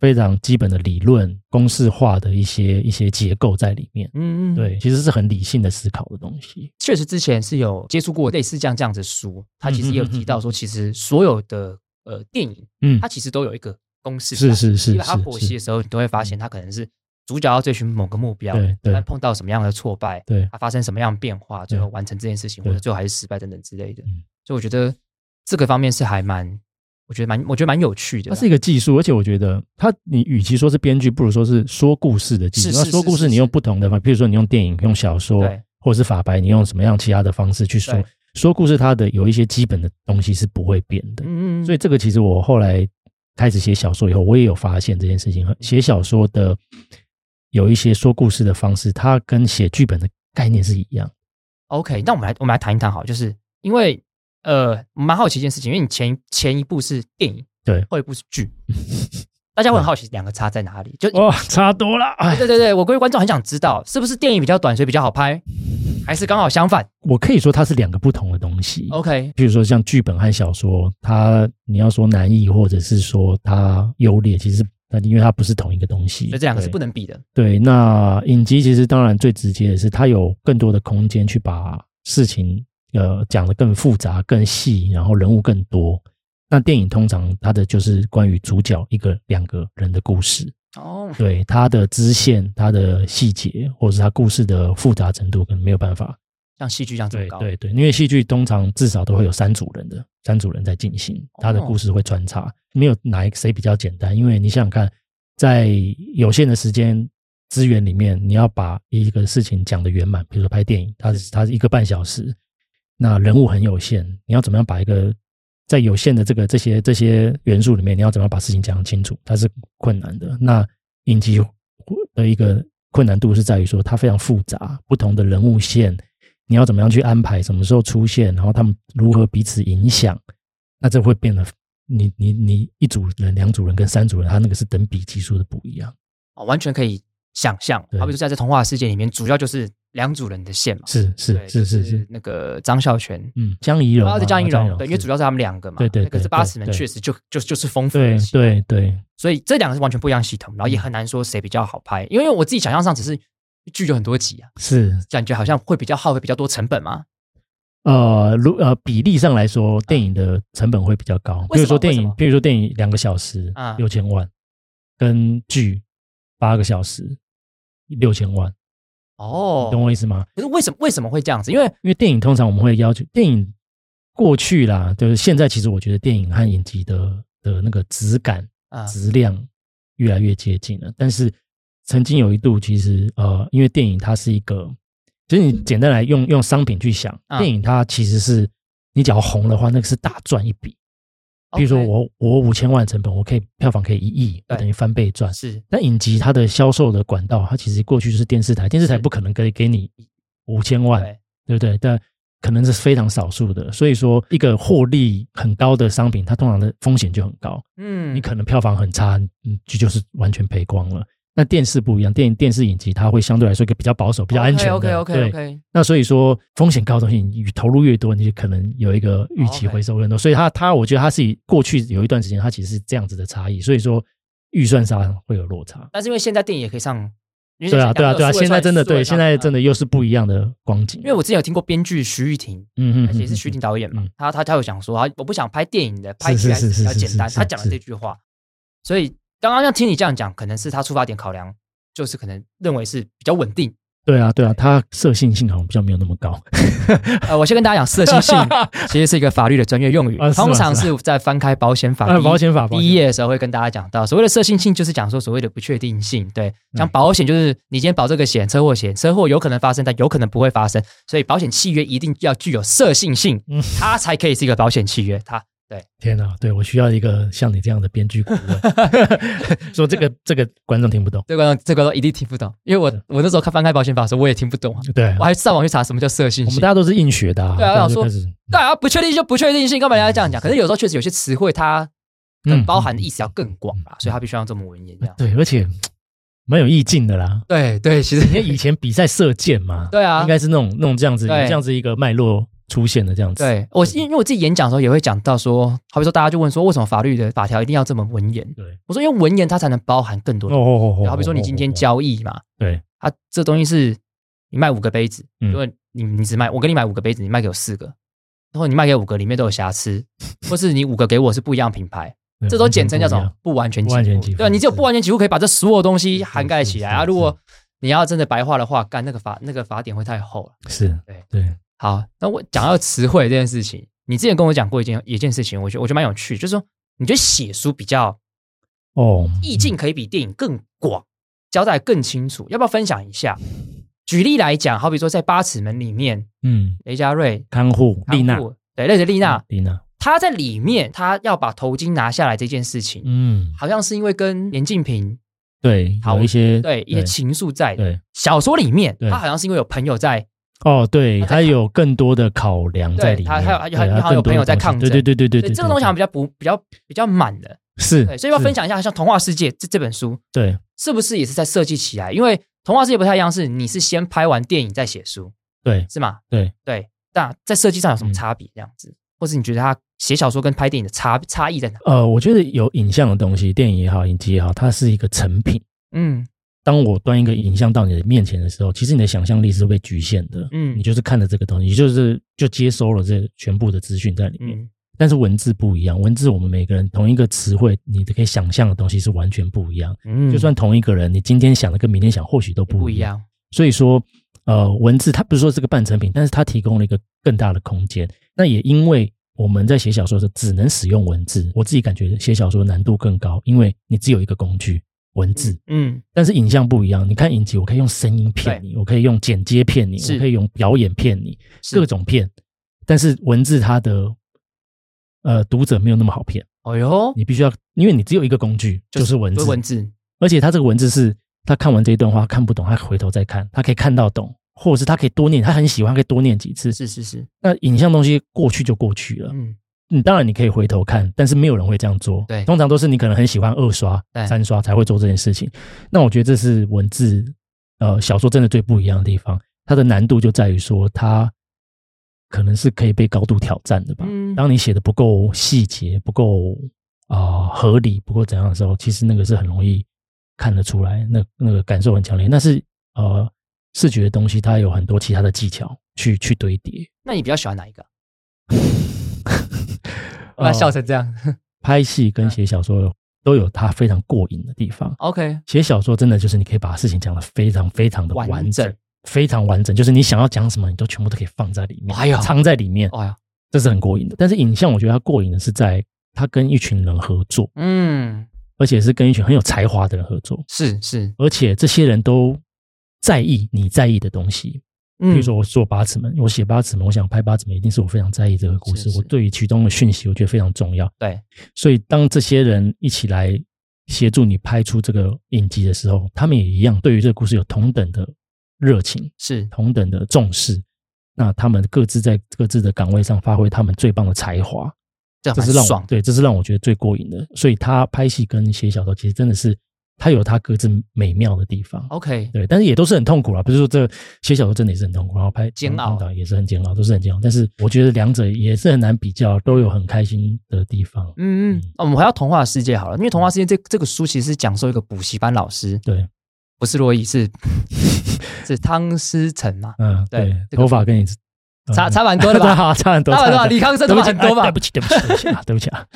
[SPEAKER 3] 非常基本的理论、公式化的一些一些结构在里面。
[SPEAKER 2] 嗯，嗯，
[SPEAKER 3] 对，其实是很理性的思考的东西。
[SPEAKER 2] 确实之前是有接触过类似这样这样子的书，他其实也有提到说，其实所有的呃电影，
[SPEAKER 3] 嗯
[SPEAKER 2] 它，其实都有一个公式在，
[SPEAKER 3] 是是是
[SPEAKER 2] 因啊为它剖
[SPEAKER 3] 是
[SPEAKER 2] 析
[SPEAKER 3] 是
[SPEAKER 2] 的，时候，你都会发现它可能是主角要追寻某个目标，
[SPEAKER 3] 对对
[SPEAKER 2] 但碰到什么样的挫败，
[SPEAKER 3] 对
[SPEAKER 2] 它发生什么样的变化，最后完成这件事情，
[SPEAKER 3] 对
[SPEAKER 2] 或者最后还是失败等等之类的
[SPEAKER 3] 嗯。
[SPEAKER 2] 所以我觉得这个方面是还蛮我觉得蛮我觉得蛮有趣的
[SPEAKER 3] 它
[SPEAKER 2] 啦。
[SPEAKER 3] 是一个技术，而且我觉得它，你与其说是编剧，不如说是说故事的技术。
[SPEAKER 2] 是
[SPEAKER 3] 那
[SPEAKER 2] 是
[SPEAKER 3] 说
[SPEAKER 2] 是
[SPEAKER 3] 故事，
[SPEAKER 2] 是
[SPEAKER 3] 你
[SPEAKER 2] 是
[SPEAKER 3] 用不同的方，比如说你用电影、用小说，
[SPEAKER 2] 对
[SPEAKER 3] 或者是法白，你用什么样其他的方式去说
[SPEAKER 2] 对
[SPEAKER 3] 说故事，它的有一些基本的东西是不会变的。
[SPEAKER 2] 嗯嗯，
[SPEAKER 3] 所以
[SPEAKER 2] 以
[SPEAKER 3] 这个其实我后来开始写小说以后，我也有发现这件事情，很写小说的有一些说故事的方式，它跟写剧本的概念是一样。
[SPEAKER 2] OK，那我们来我们来谈一谈好了，就是因为呃，蛮好奇一件事情，因为你前前一部是电影，
[SPEAKER 3] 对嗯
[SPEAKER 2] 后一部是剧，大家会很好奇两个差在哪里？就
[SPEAKER 3] 哇、差多了！哎，
[SPEAKER 2] 对对对，我各位观众很想知道，是不是电影比较短，所以比较好拍，还是刚好相反
[SPEAKER 3] 我可以说它是两个不同的东西。
[SPEAKER 2] ？OK，
[SPEAKER 3] 譬如说像剧本和小说，它你要说难易或者是说它优劣，其实那因为它不是同一个东西，
[SPEAKER 2] 所以这两个是
[SPEAKER 3] 对
[SPEAKER 2] 不能比的。
[SPEAKER 3] 对。那影集其实当然最直接的是，它有更多的空间去把事情呃讲得更复杂、更细，然后人物更多。那电影通常它的就是关于主角一个两个人的故事，
[SPEAKER 2] 哦，
[SPEAKER 3] 对它的支线、它的细节，或者是它故事的复杂程度，可能没有办法
[SPEAKER 2] 像戏剧这样这么
[SPEAKER 3] 对
[SPEAKER 2] 高，
[SPEAKER 3] 对对，因为戏剧通常至少都会有三组人的，三组人在进行，他的故事会穿插，没有哪一谁比较简单。因为你想想看，在有限的时间资源里面，你要把一个事情讲得圆满，比如说拍电影，它是它是一个半小时，那人物很有限，你要怎么样把一个在有限的这个这些这些元素里面，你要怎么样把事情讲清楚，它是困难的。那影集的一个困难度是在于说，它非常复杂，不同的人物线，你要怎么样去安排，什么时候出现，然后他们如何彼此影响，那这会变得你你你一组人、两组人跟三组人，他那个是等比级数的不一样。
[SPEAKER 2] 哦，完全可以想象。
[SPEAKER 3] 对
[SPEAKER 2] 好比说在这童话世界里面，主要就是两组人的线嘛，
[SPEAKER 3] 是是
[SPEAKER 2] 对
[SPEAKER 3] 是
[SPEAKER 2] 就是是
[SPEAKER 3] 是，
[SPEAKER 2] 那个张孝全，
[SPEAKER 3] 嗯，江宜柔嘛，
[SPEAKER 2] 啊，对江一
[SPEAKER 3] 柔
[SPEAKER 2] 荣，对，因为主
[SPEAKER 3] 要
[SPEAKER 2] 要是他们两个嘛，
[SPEAKER 3] 对对
[SPEAKER 2] 那个
[SPEAKER 3] 对
[SPEAKER 2] 是八十人
[SPEAKER 3] 对
[SPEAKER 2] 确实就就就是丰富
[SPEAKER 3] 对嗯
[SPEAKER 2] 的戏，
[SPEAKER 3] 对对
[SPEAKER 2] 所以这两个是完全不一样的系统，然后也很难说谁比较好拍，因为我自己想象上只是剧有很多集啊，
[SPEAKER 3] 是
[SPEAKER 2] 感觉好像会比较耗费比较多成本嘛，
[SPEAKER 3] 呃，如呃比例上来说，电影的成本会比较高。
[SPEAKER 2] 为
[SPEAKER 3] 比
[SPEAKER 2] 什么
[SPEAKER 3] 如说电
[SPEAKER 2] 为什
[SPEAKER 3] 影
[SPEAKER 2] 么，
[SPEAKER 3] 比如说电影两个小时
[SPEAKER 2] 啊
[SPEAKER 3] 六千万，跟剧八个小时六千万，
[SPEAKER 2] 哦
[SPEAKER 3] 你，懂我意思吗？
[SPEAKER 2] 可是为什么为什么会这样子？因为
[SPEAKER 3] 因为电影通常我们会要求电影过去啦，就是现在其实我觉得电影和影集的的那个质感
[SPEAKER 2] 啊，
[SPEAKER 3] 质量越来越接近了。但是曾经有一度，其实呃，因为电影它是一个，其实你简单来用用商品去想，
[SPEAKER 2] 啊
[SPEAKER 3] 电影它其实是你只要红的话，那个是大赚一笔。比如说
[SPEAKER 2] OK，
[SPEAKER 3] 我我五千万成本，我可以票房可以一亿，我
[SPEAKER 2] 对
[SPEAKER 3] 等于翻倍赚。
[SPEAKER 2] 是
[SPEAKER 3] 但影集它的销售的管道，它其实过去就是电视台，电视台
[SPEAKER 2] 是
[SPEAKER 3] 不可能给给你五千万，
[SPEAKER 2] 对
[SPEAKER 3] 对不对？但可能是非常少数的，所以说一个获利很高的商品，它通常的风险就很高，
[SPEAKER 2] 嗯
[SPEAKER 3] 你可能票房很差，你就就是完全赔光了。那电视不一样，电影电视影集它会相对来说一个比较保守、比较安全的。
[SPEAKER 2] OK OK
[SPEAKER 3] 对
[SPEAKER 2] OK，
[SPEAKER 3] 那所以说风险高的东西，你投入越多，你就可能有一个预期
[SPEAKER 2] 哦 OK
[SPEAKER 3] 回收更多。所以它它，我觉得它是以过去有一段时间，它其实是这样子的差异，所以说预算上会有落差。
[SPEAKER 2] 但是因为现在电影也可以上，因为
[SPEAKER 3] 对啊，
[SPEAKER 2] 现在
[SPEAKER 3] 对啊，对啊，
[SPEAKER 2] 数位
[SPEAKER 3] 现在
[SPEAKER 2] 上
[SPEAKER 3] 真的
[SPEAKER 2] 数位
[SPEAKER 3] 对，
[SPEAKER 2] 上
[SPEAKER 3] 现在
[SPEAKER 2] 嗯
[SPEAKER 3] 真的又是不一样的光景。
[SPEAKER 2] 因为我之前有听过编剧徐玉婷，
[SPEAKER 3] 嗯
[SPEAKER 2] 也是徐婷导演嘛
[SPEAKER 3] 嗯，
[SPEAKER 2] 他他他有讲说，他我不想拍电影的，拍起来
[SPEAKER 3] 是是
[SPEAKER 2] 比较
[SPEAKER 3] 是是
[SPEAKER 2] 简单。
[SPEAKER 3] 是
[SPEAKER 2] 他讲了这句话，所以刚刚像听你这样讲，可能是他出发点考量，就是可能认为是比较稳定。
[SPEAKER 3] 对啊，对啊，它色性性好像比较没有那么高。
[SPEAKER 2] 呃，我先跟大家讲，色情 性其实是一个法律的专业用语
[SPEAKER 3] 啊，是吗
[SPEAKER 2] 通常是在翻开保险法
[SPEAKER 3] 啊
[SPEAKER 2] 第一
[SPEAKER 3] 保险法保
[SPEAKER 2] 第
[SPEAKER 3] 险
[SPEAKER 2] 一页的时候会跟大家讲到，所谓的色性性就是讲说所谓的不确定性，对，像保险就是你今天保这个险，车祸险，车祸有可能发生，但有可能不会发生，所以保险契约一定要具有色性性
[SPEAKER 3] 嗯，
[SPEAKER 2] 它才可以是一个保险契约，它。对，
[SPEAKER 3] 天哪，对我需要一个像你这样的编剧顾 问， 说这个这个观众听不懂。
[SPEAKER 2] 这个这个一定听不懂，因为我我那时候看翻开保险法的时候，我也听不懂啊，
[SPEAKER 3] 对啊，
[SPEAKER 2] 我还上网去查什么叫色性
[SPEAKER 3] 我们
[SPEAKER 2] 性
[SPEAKER 3] 大。家都是硬学的、啊，
[SPEAKER 2] 对啊
[SPEAKER 3] 大家
[SPEAKER 2] 我想
[SPEAKER 3] 就
[SPEAKER 2] 说
[SPEAKER 3] 开始
[SPEAKER 2] 对啊，不确定就不确定性，干嘛要这样讲？可是有时候确实有些词汇它可能包含的意思要更广啊，所以它必须要这么文言这样。
[SPEAKER 3] 嗯对，而且蛮有意境的啦。
[SPEAKER 2] 对对，其
[SPEAKER 3] 因为
[SPEAKER 2] 实
[SPEAKER 3] 以前比赛射箭嘛，
[SPEAKER 2] 对啊
[SPEAKER 3] 应该是那种那种这样子，有
[SPEAKER 2] 对
[SPEAKER 3] 这样子一个脉络出现的这样子。
[SPEAKER 2] 对我因为我自己演讲的时候也会讲到说，好比说大家就问说，为什么法律的法条一定要这么文言？
[SPEAKER 3] 对，
[SPEAKER 2] 我说因为文言它才能包含更多
[SPEAKER 3] 哦
[SPEAKER 2] 的。
[SPEAKER 3] 哦哦，
[SPEAKER 2] 好比说你今天交易嘛，
[SPEAKER 3] 对，
[SPEAKER 2] 它这东西是你卖五个杯子，
[SPEAKER 3] 嗯
[SPEAKER 2] 如果你你只卖我给你买五个杯子，你卖给我四个，然后你卖给我五个里面都有瑕疵，或是你五个给我是不一样品牌，
[SPEAKER 3] 对
[SPEAKER 2] 这都简称叫什
[SPEAKER 3] 完
[SPEAKER 2] 么
[SPEAKER 3] 全？
[SPEAKER 2] 不完全
[SPEAKER 3] 不完全给
[SPEAKER 2] 给
[SPEAKER 3] 付
[SPEAKER 2] 付。对，啊你只有
[SPEAKER 3] 是
[SPEAKER 2] 不完全给付可以把这所有东西涵盖起来
[SPEAKER 3] 是
[SPEAKER 2] 啊。
[SPEAKER 3] 是是
[SPEAKER 2] 如果你要真的白话的话，干那个法那个法典会太厚了。
[SPEAKER 3] 不一样？
[SPEAKER 2] 对
[SPEAKER 3] 是，对，
[SPEAKER 2] 好，那我讲到词汇这件事情，你之前跟我讲过一件一件事情，我觉得我觉得蛮有趣，就是说你觉得写书比较
[SPEAKER 3] 哦，
[SPEAKER 2] 意境可以比电影更广，交代更清楚？要不要分享一下？举例来讲，好比说在《八尺门》里面，
[SPEAKER 3] 嗯，
[SPEAKER 2] 雷佳瑞、
[SPEAKER 3] 看护丽娜嗯
[SPEAKER 2] 康，复，对，类似丽娜，
[SPEAKER 3] 丽娜，
[SPEAKER 2] 她在里面，她要把头巾拿下来这件事情，
[SPEAKER 3] 嗯，
[SPEAKER 2] 好像是因为跟连静平
[SPEAKER 3] 对，
[SPEAKER 2] 好
[SPEAKER 3] 有一些
[SPEAKER 2] 对一些情愫在的。
[SPEAKER 3] 嗯对
[SPEAKER 2] 小说里面，
[SPEAKER 3] 对
[SPEAKER 2] 她好像是因为有朋友在，
[SPEAKER 3] 哦，对，
[SPEAKER 2] 他在
[SPEAKER 3] 他有更多的考量在里
[SPEAKER 2] 对他
[SPEAKER 3] 面，
[SPEAKER 2] 还有还有
[SPEAKER 3] 对
[SPEAKER 2] 还有
[SPEAKER 3] 他
[SPEAKER 2] 还有
[SPEAKER 3] 更多的
[SPEAKER 2] 朋友在
[SPEAKER 3] 东西
[SPEAKER 2] 抗
[SPEAKER 3] 对
[SPEAKER 2] 争
[SPEAKER 3] 对对对对
[SPEAKER 2] 所
[SPEAKER 3] 对，
[SPEAKER 2] 以这个东西好像比较不比较比较满的，
[SPEAKER 3] 是，
[SPEAKER 2] 对，所以要
[SPEAKER 3] 是
[SPEAKER 2] 分享一下，像《童话世界》这这本书
[SPEAKER 3] 对
[SPEAKER 2] 是不是也是在设计起来？因为《童话世界》不太一样，是你是先拍完电影再写书，
[SPEAKER 3] 对
[SPEAKER 2] 是吗？
[SPEAKER 3] 对
[SPEAKER 2] 对，那在设计上有什么
[SPEAKER 3] 嗯
[SPEAKER 2] 差别？这样子，或是你觉得他写小说跟拍电影的差差异在哪？
[SPEAKER 3] 呃，我觉得有影像的东西，电影也好，影集也好，它是一个成品。
[SPEAKER 2] 嗯
[SPEAKER 3] 当我端一个影像到你的面前的时候，其实你的想象力是被局限的，
[SPEAKER 2] 嗯
[SPEAKER 3] 你就是看着这个东西，你就是就接收了这全部的资讯在里面。
[SPEAKER 2] 嗯
[SPEAKER 3] 但是文字不一样，文字我们每个人同一个词汇，你可以想象的东西是完全不一样。
[SPEAKER 2] 嗯
[SPEAKER 3] 就算同一个人，你今天想的跟明天想或许都
[SPEAKER 2] 不
[SPEAKER 3] 不
[SPEAKER 2] 一
[SPEAKER 3] 一样。
[SPEAKER 2] 样，
[SPEAKER 3] 所以说，呃，文字它不是说是个半成品，但是它提供了一个更大的空间。那也因为我们在写小说的时候只能使用文字，我自己感觉写小说难度更高，因为你只有一个工具文字。
[SPEAKER 2] 嗯
[SPEAKER 3] 但是影像不一样，你看影集，我可以用声音骗你，我可以用剪接骗你，
[SPEAKER 2] 是
[SPEAKER 3] 我可以用表演骗你，
[SPEAKER 2] 是
[SPEAKER 3] 各种骗。但是文字它的呃读者没有那么好骗，
[SPEAKER 2] 哦哟，
[SPEAKER 3] 你必须要，因为你只有一个工具，就是文字
[SPEAKER 2] 就。文字，
[SPEAKER 3] 而且他这个文字是他看完这一段话他看不懂，他回头再看，他可以看到懂，或者是他可以多念，他很喜欢，他可以多念几次。
[SPEAKER 2] 是是是，
[SPEAKER 3] 那影像东西过去就过去了，
[SPEAKER 2] 嗯
[SPEAKER 3] 你当然你可以回头看，但是没有人会这样做。
[SPEAKER 2] 对
[SPEAKER 3] 通常都是你可能很喜欢二刷
[SPEAKER 2] 对、
[SPEAKER 3] 三刷才会做这件事情。那我觉得这是文字呃小说真的最不一样的地方，它的难度就在于说它。可能是可以被高度挑战的吧。
[SPEAKER 2] 嗯
[SPEAKER 3] 当你写的不够细节、不够啊、合理、不够怎样的时候，其实那个是很容易看得出来，那那个感受很强烈。那是呃视觉的东西，它有很多其他的技巧去去堆叠。
[SPEAKER 2] 那你比较喜欢哪一个？把他
[SPEAKER 3] 呃
[SPEAKER 2] 笑成这样
[SPEAKER 3] 拍戏
[SPEAKER 2] 嗯
[SPEAKER 3] 跟写小说都有它非常过瘾的地方。
[SPEAKER 2] ，OK，
[SPEAKER 3] 写小说真的就是你可以把事情讲得非常非常的完
[SPEAKER 2] 完整
[SPEAKER 3] 整，非常完整，就是你想要讲什么，你都全部都可以放在里面，
[SPEAKER 2] 哎呦
[SPEAKER 3] 藏在里面，
[SPEAKER 2] 哎呀，
[SPEAKER 3] 这是很过瘾的。但是影像，我觉得它过瘾的是在它跟一群人合作，
[SPEAKER 2] 嗯，
[SPEAKER 3] 而且是跟一群很有才华的人合作，
[SPEAKER 2] 是是，
[SPEAKER 3] 而且这些人都在意你在意的东西。比
[SPEAKER 2] 嗯
[SPEAKER 3] 如说我做八尺门，我写八尺门，我想拍八尺门，一定是我非常在意这个故事，
[SPEAKER 2] 是是
[SPEAKER 3] 我对于其中的讯息，我觉得非常重要。
[SPEAKER 2] 对，
[SPEAKER 3] 所以当这些人一起来协助你拍出这个影集的时候，他们也一样对于这个故事有同等的热情、
[SPEAKER 2] 是
[SPEAKER 3] 同等的重视。那他们各自在各自的岗位上发挥他们最棒的才华，
[SPEAKER 2] 这样
[SPEAKER 3] 这
[SPEAKER 2] 蛮
[SPEAKER 3] 是让
[SPEAKER 2] 爽
[SPEAKER 3] 我
[SPEAKER 2] 的，
[SPEAKER 3] 对，这是让我觉得最过瘾的。所以他拍戏跟写小说其实真的是他有他各自美妙的地方。
[SPEAKER 2] OK，
[SPEAKER 3] 对，但是也都是很痛苦啦，不是说这写小说真的也是很痛苦，然后拍
[SPEAKER 2] 煎熬
[SPEAKER 3] 当导也是很煎熬，都是很煎熬。但是我觉得两者也是很难比较，都有很开心的地方。
[SPEAKER 2] 嗯嗯，哦我们回到童话世界好了，因为童话世界这这个书其实是讲授一个补习班老师，
[SPEAKER 3] 对，
[SPEAKER 2] 不是洛伊，是 是汤思成嘛，
[SPEAKER 3] 嗯，
[SPEAKER 2] 对
[SPEAKER 3] 对，
[SPEAKER 2] 这个
[SPEAKER 3] 头发跟你啊
[SPEAKER 2] 差差蛮 多的吧？
[SPEAKER 3] 差嗯差很多，
[SPEAKER 2] 差蛮多
[SPEAKER 3] 很
[SPEAKER 2] 吧，
[SPEAKER 3] 多
[SPEAKER 2] 李康生
[SPEAKER 3] 对
[SPEAKER 2] 差
[SPEAKER 3] 不
[SPEAKER 2] 很
[SPEAKER 3] 起
[SPEAKER 2] 多吧
[SPEAKER 3] 哎对？不起， 对不起，对不起啊，对不起啊。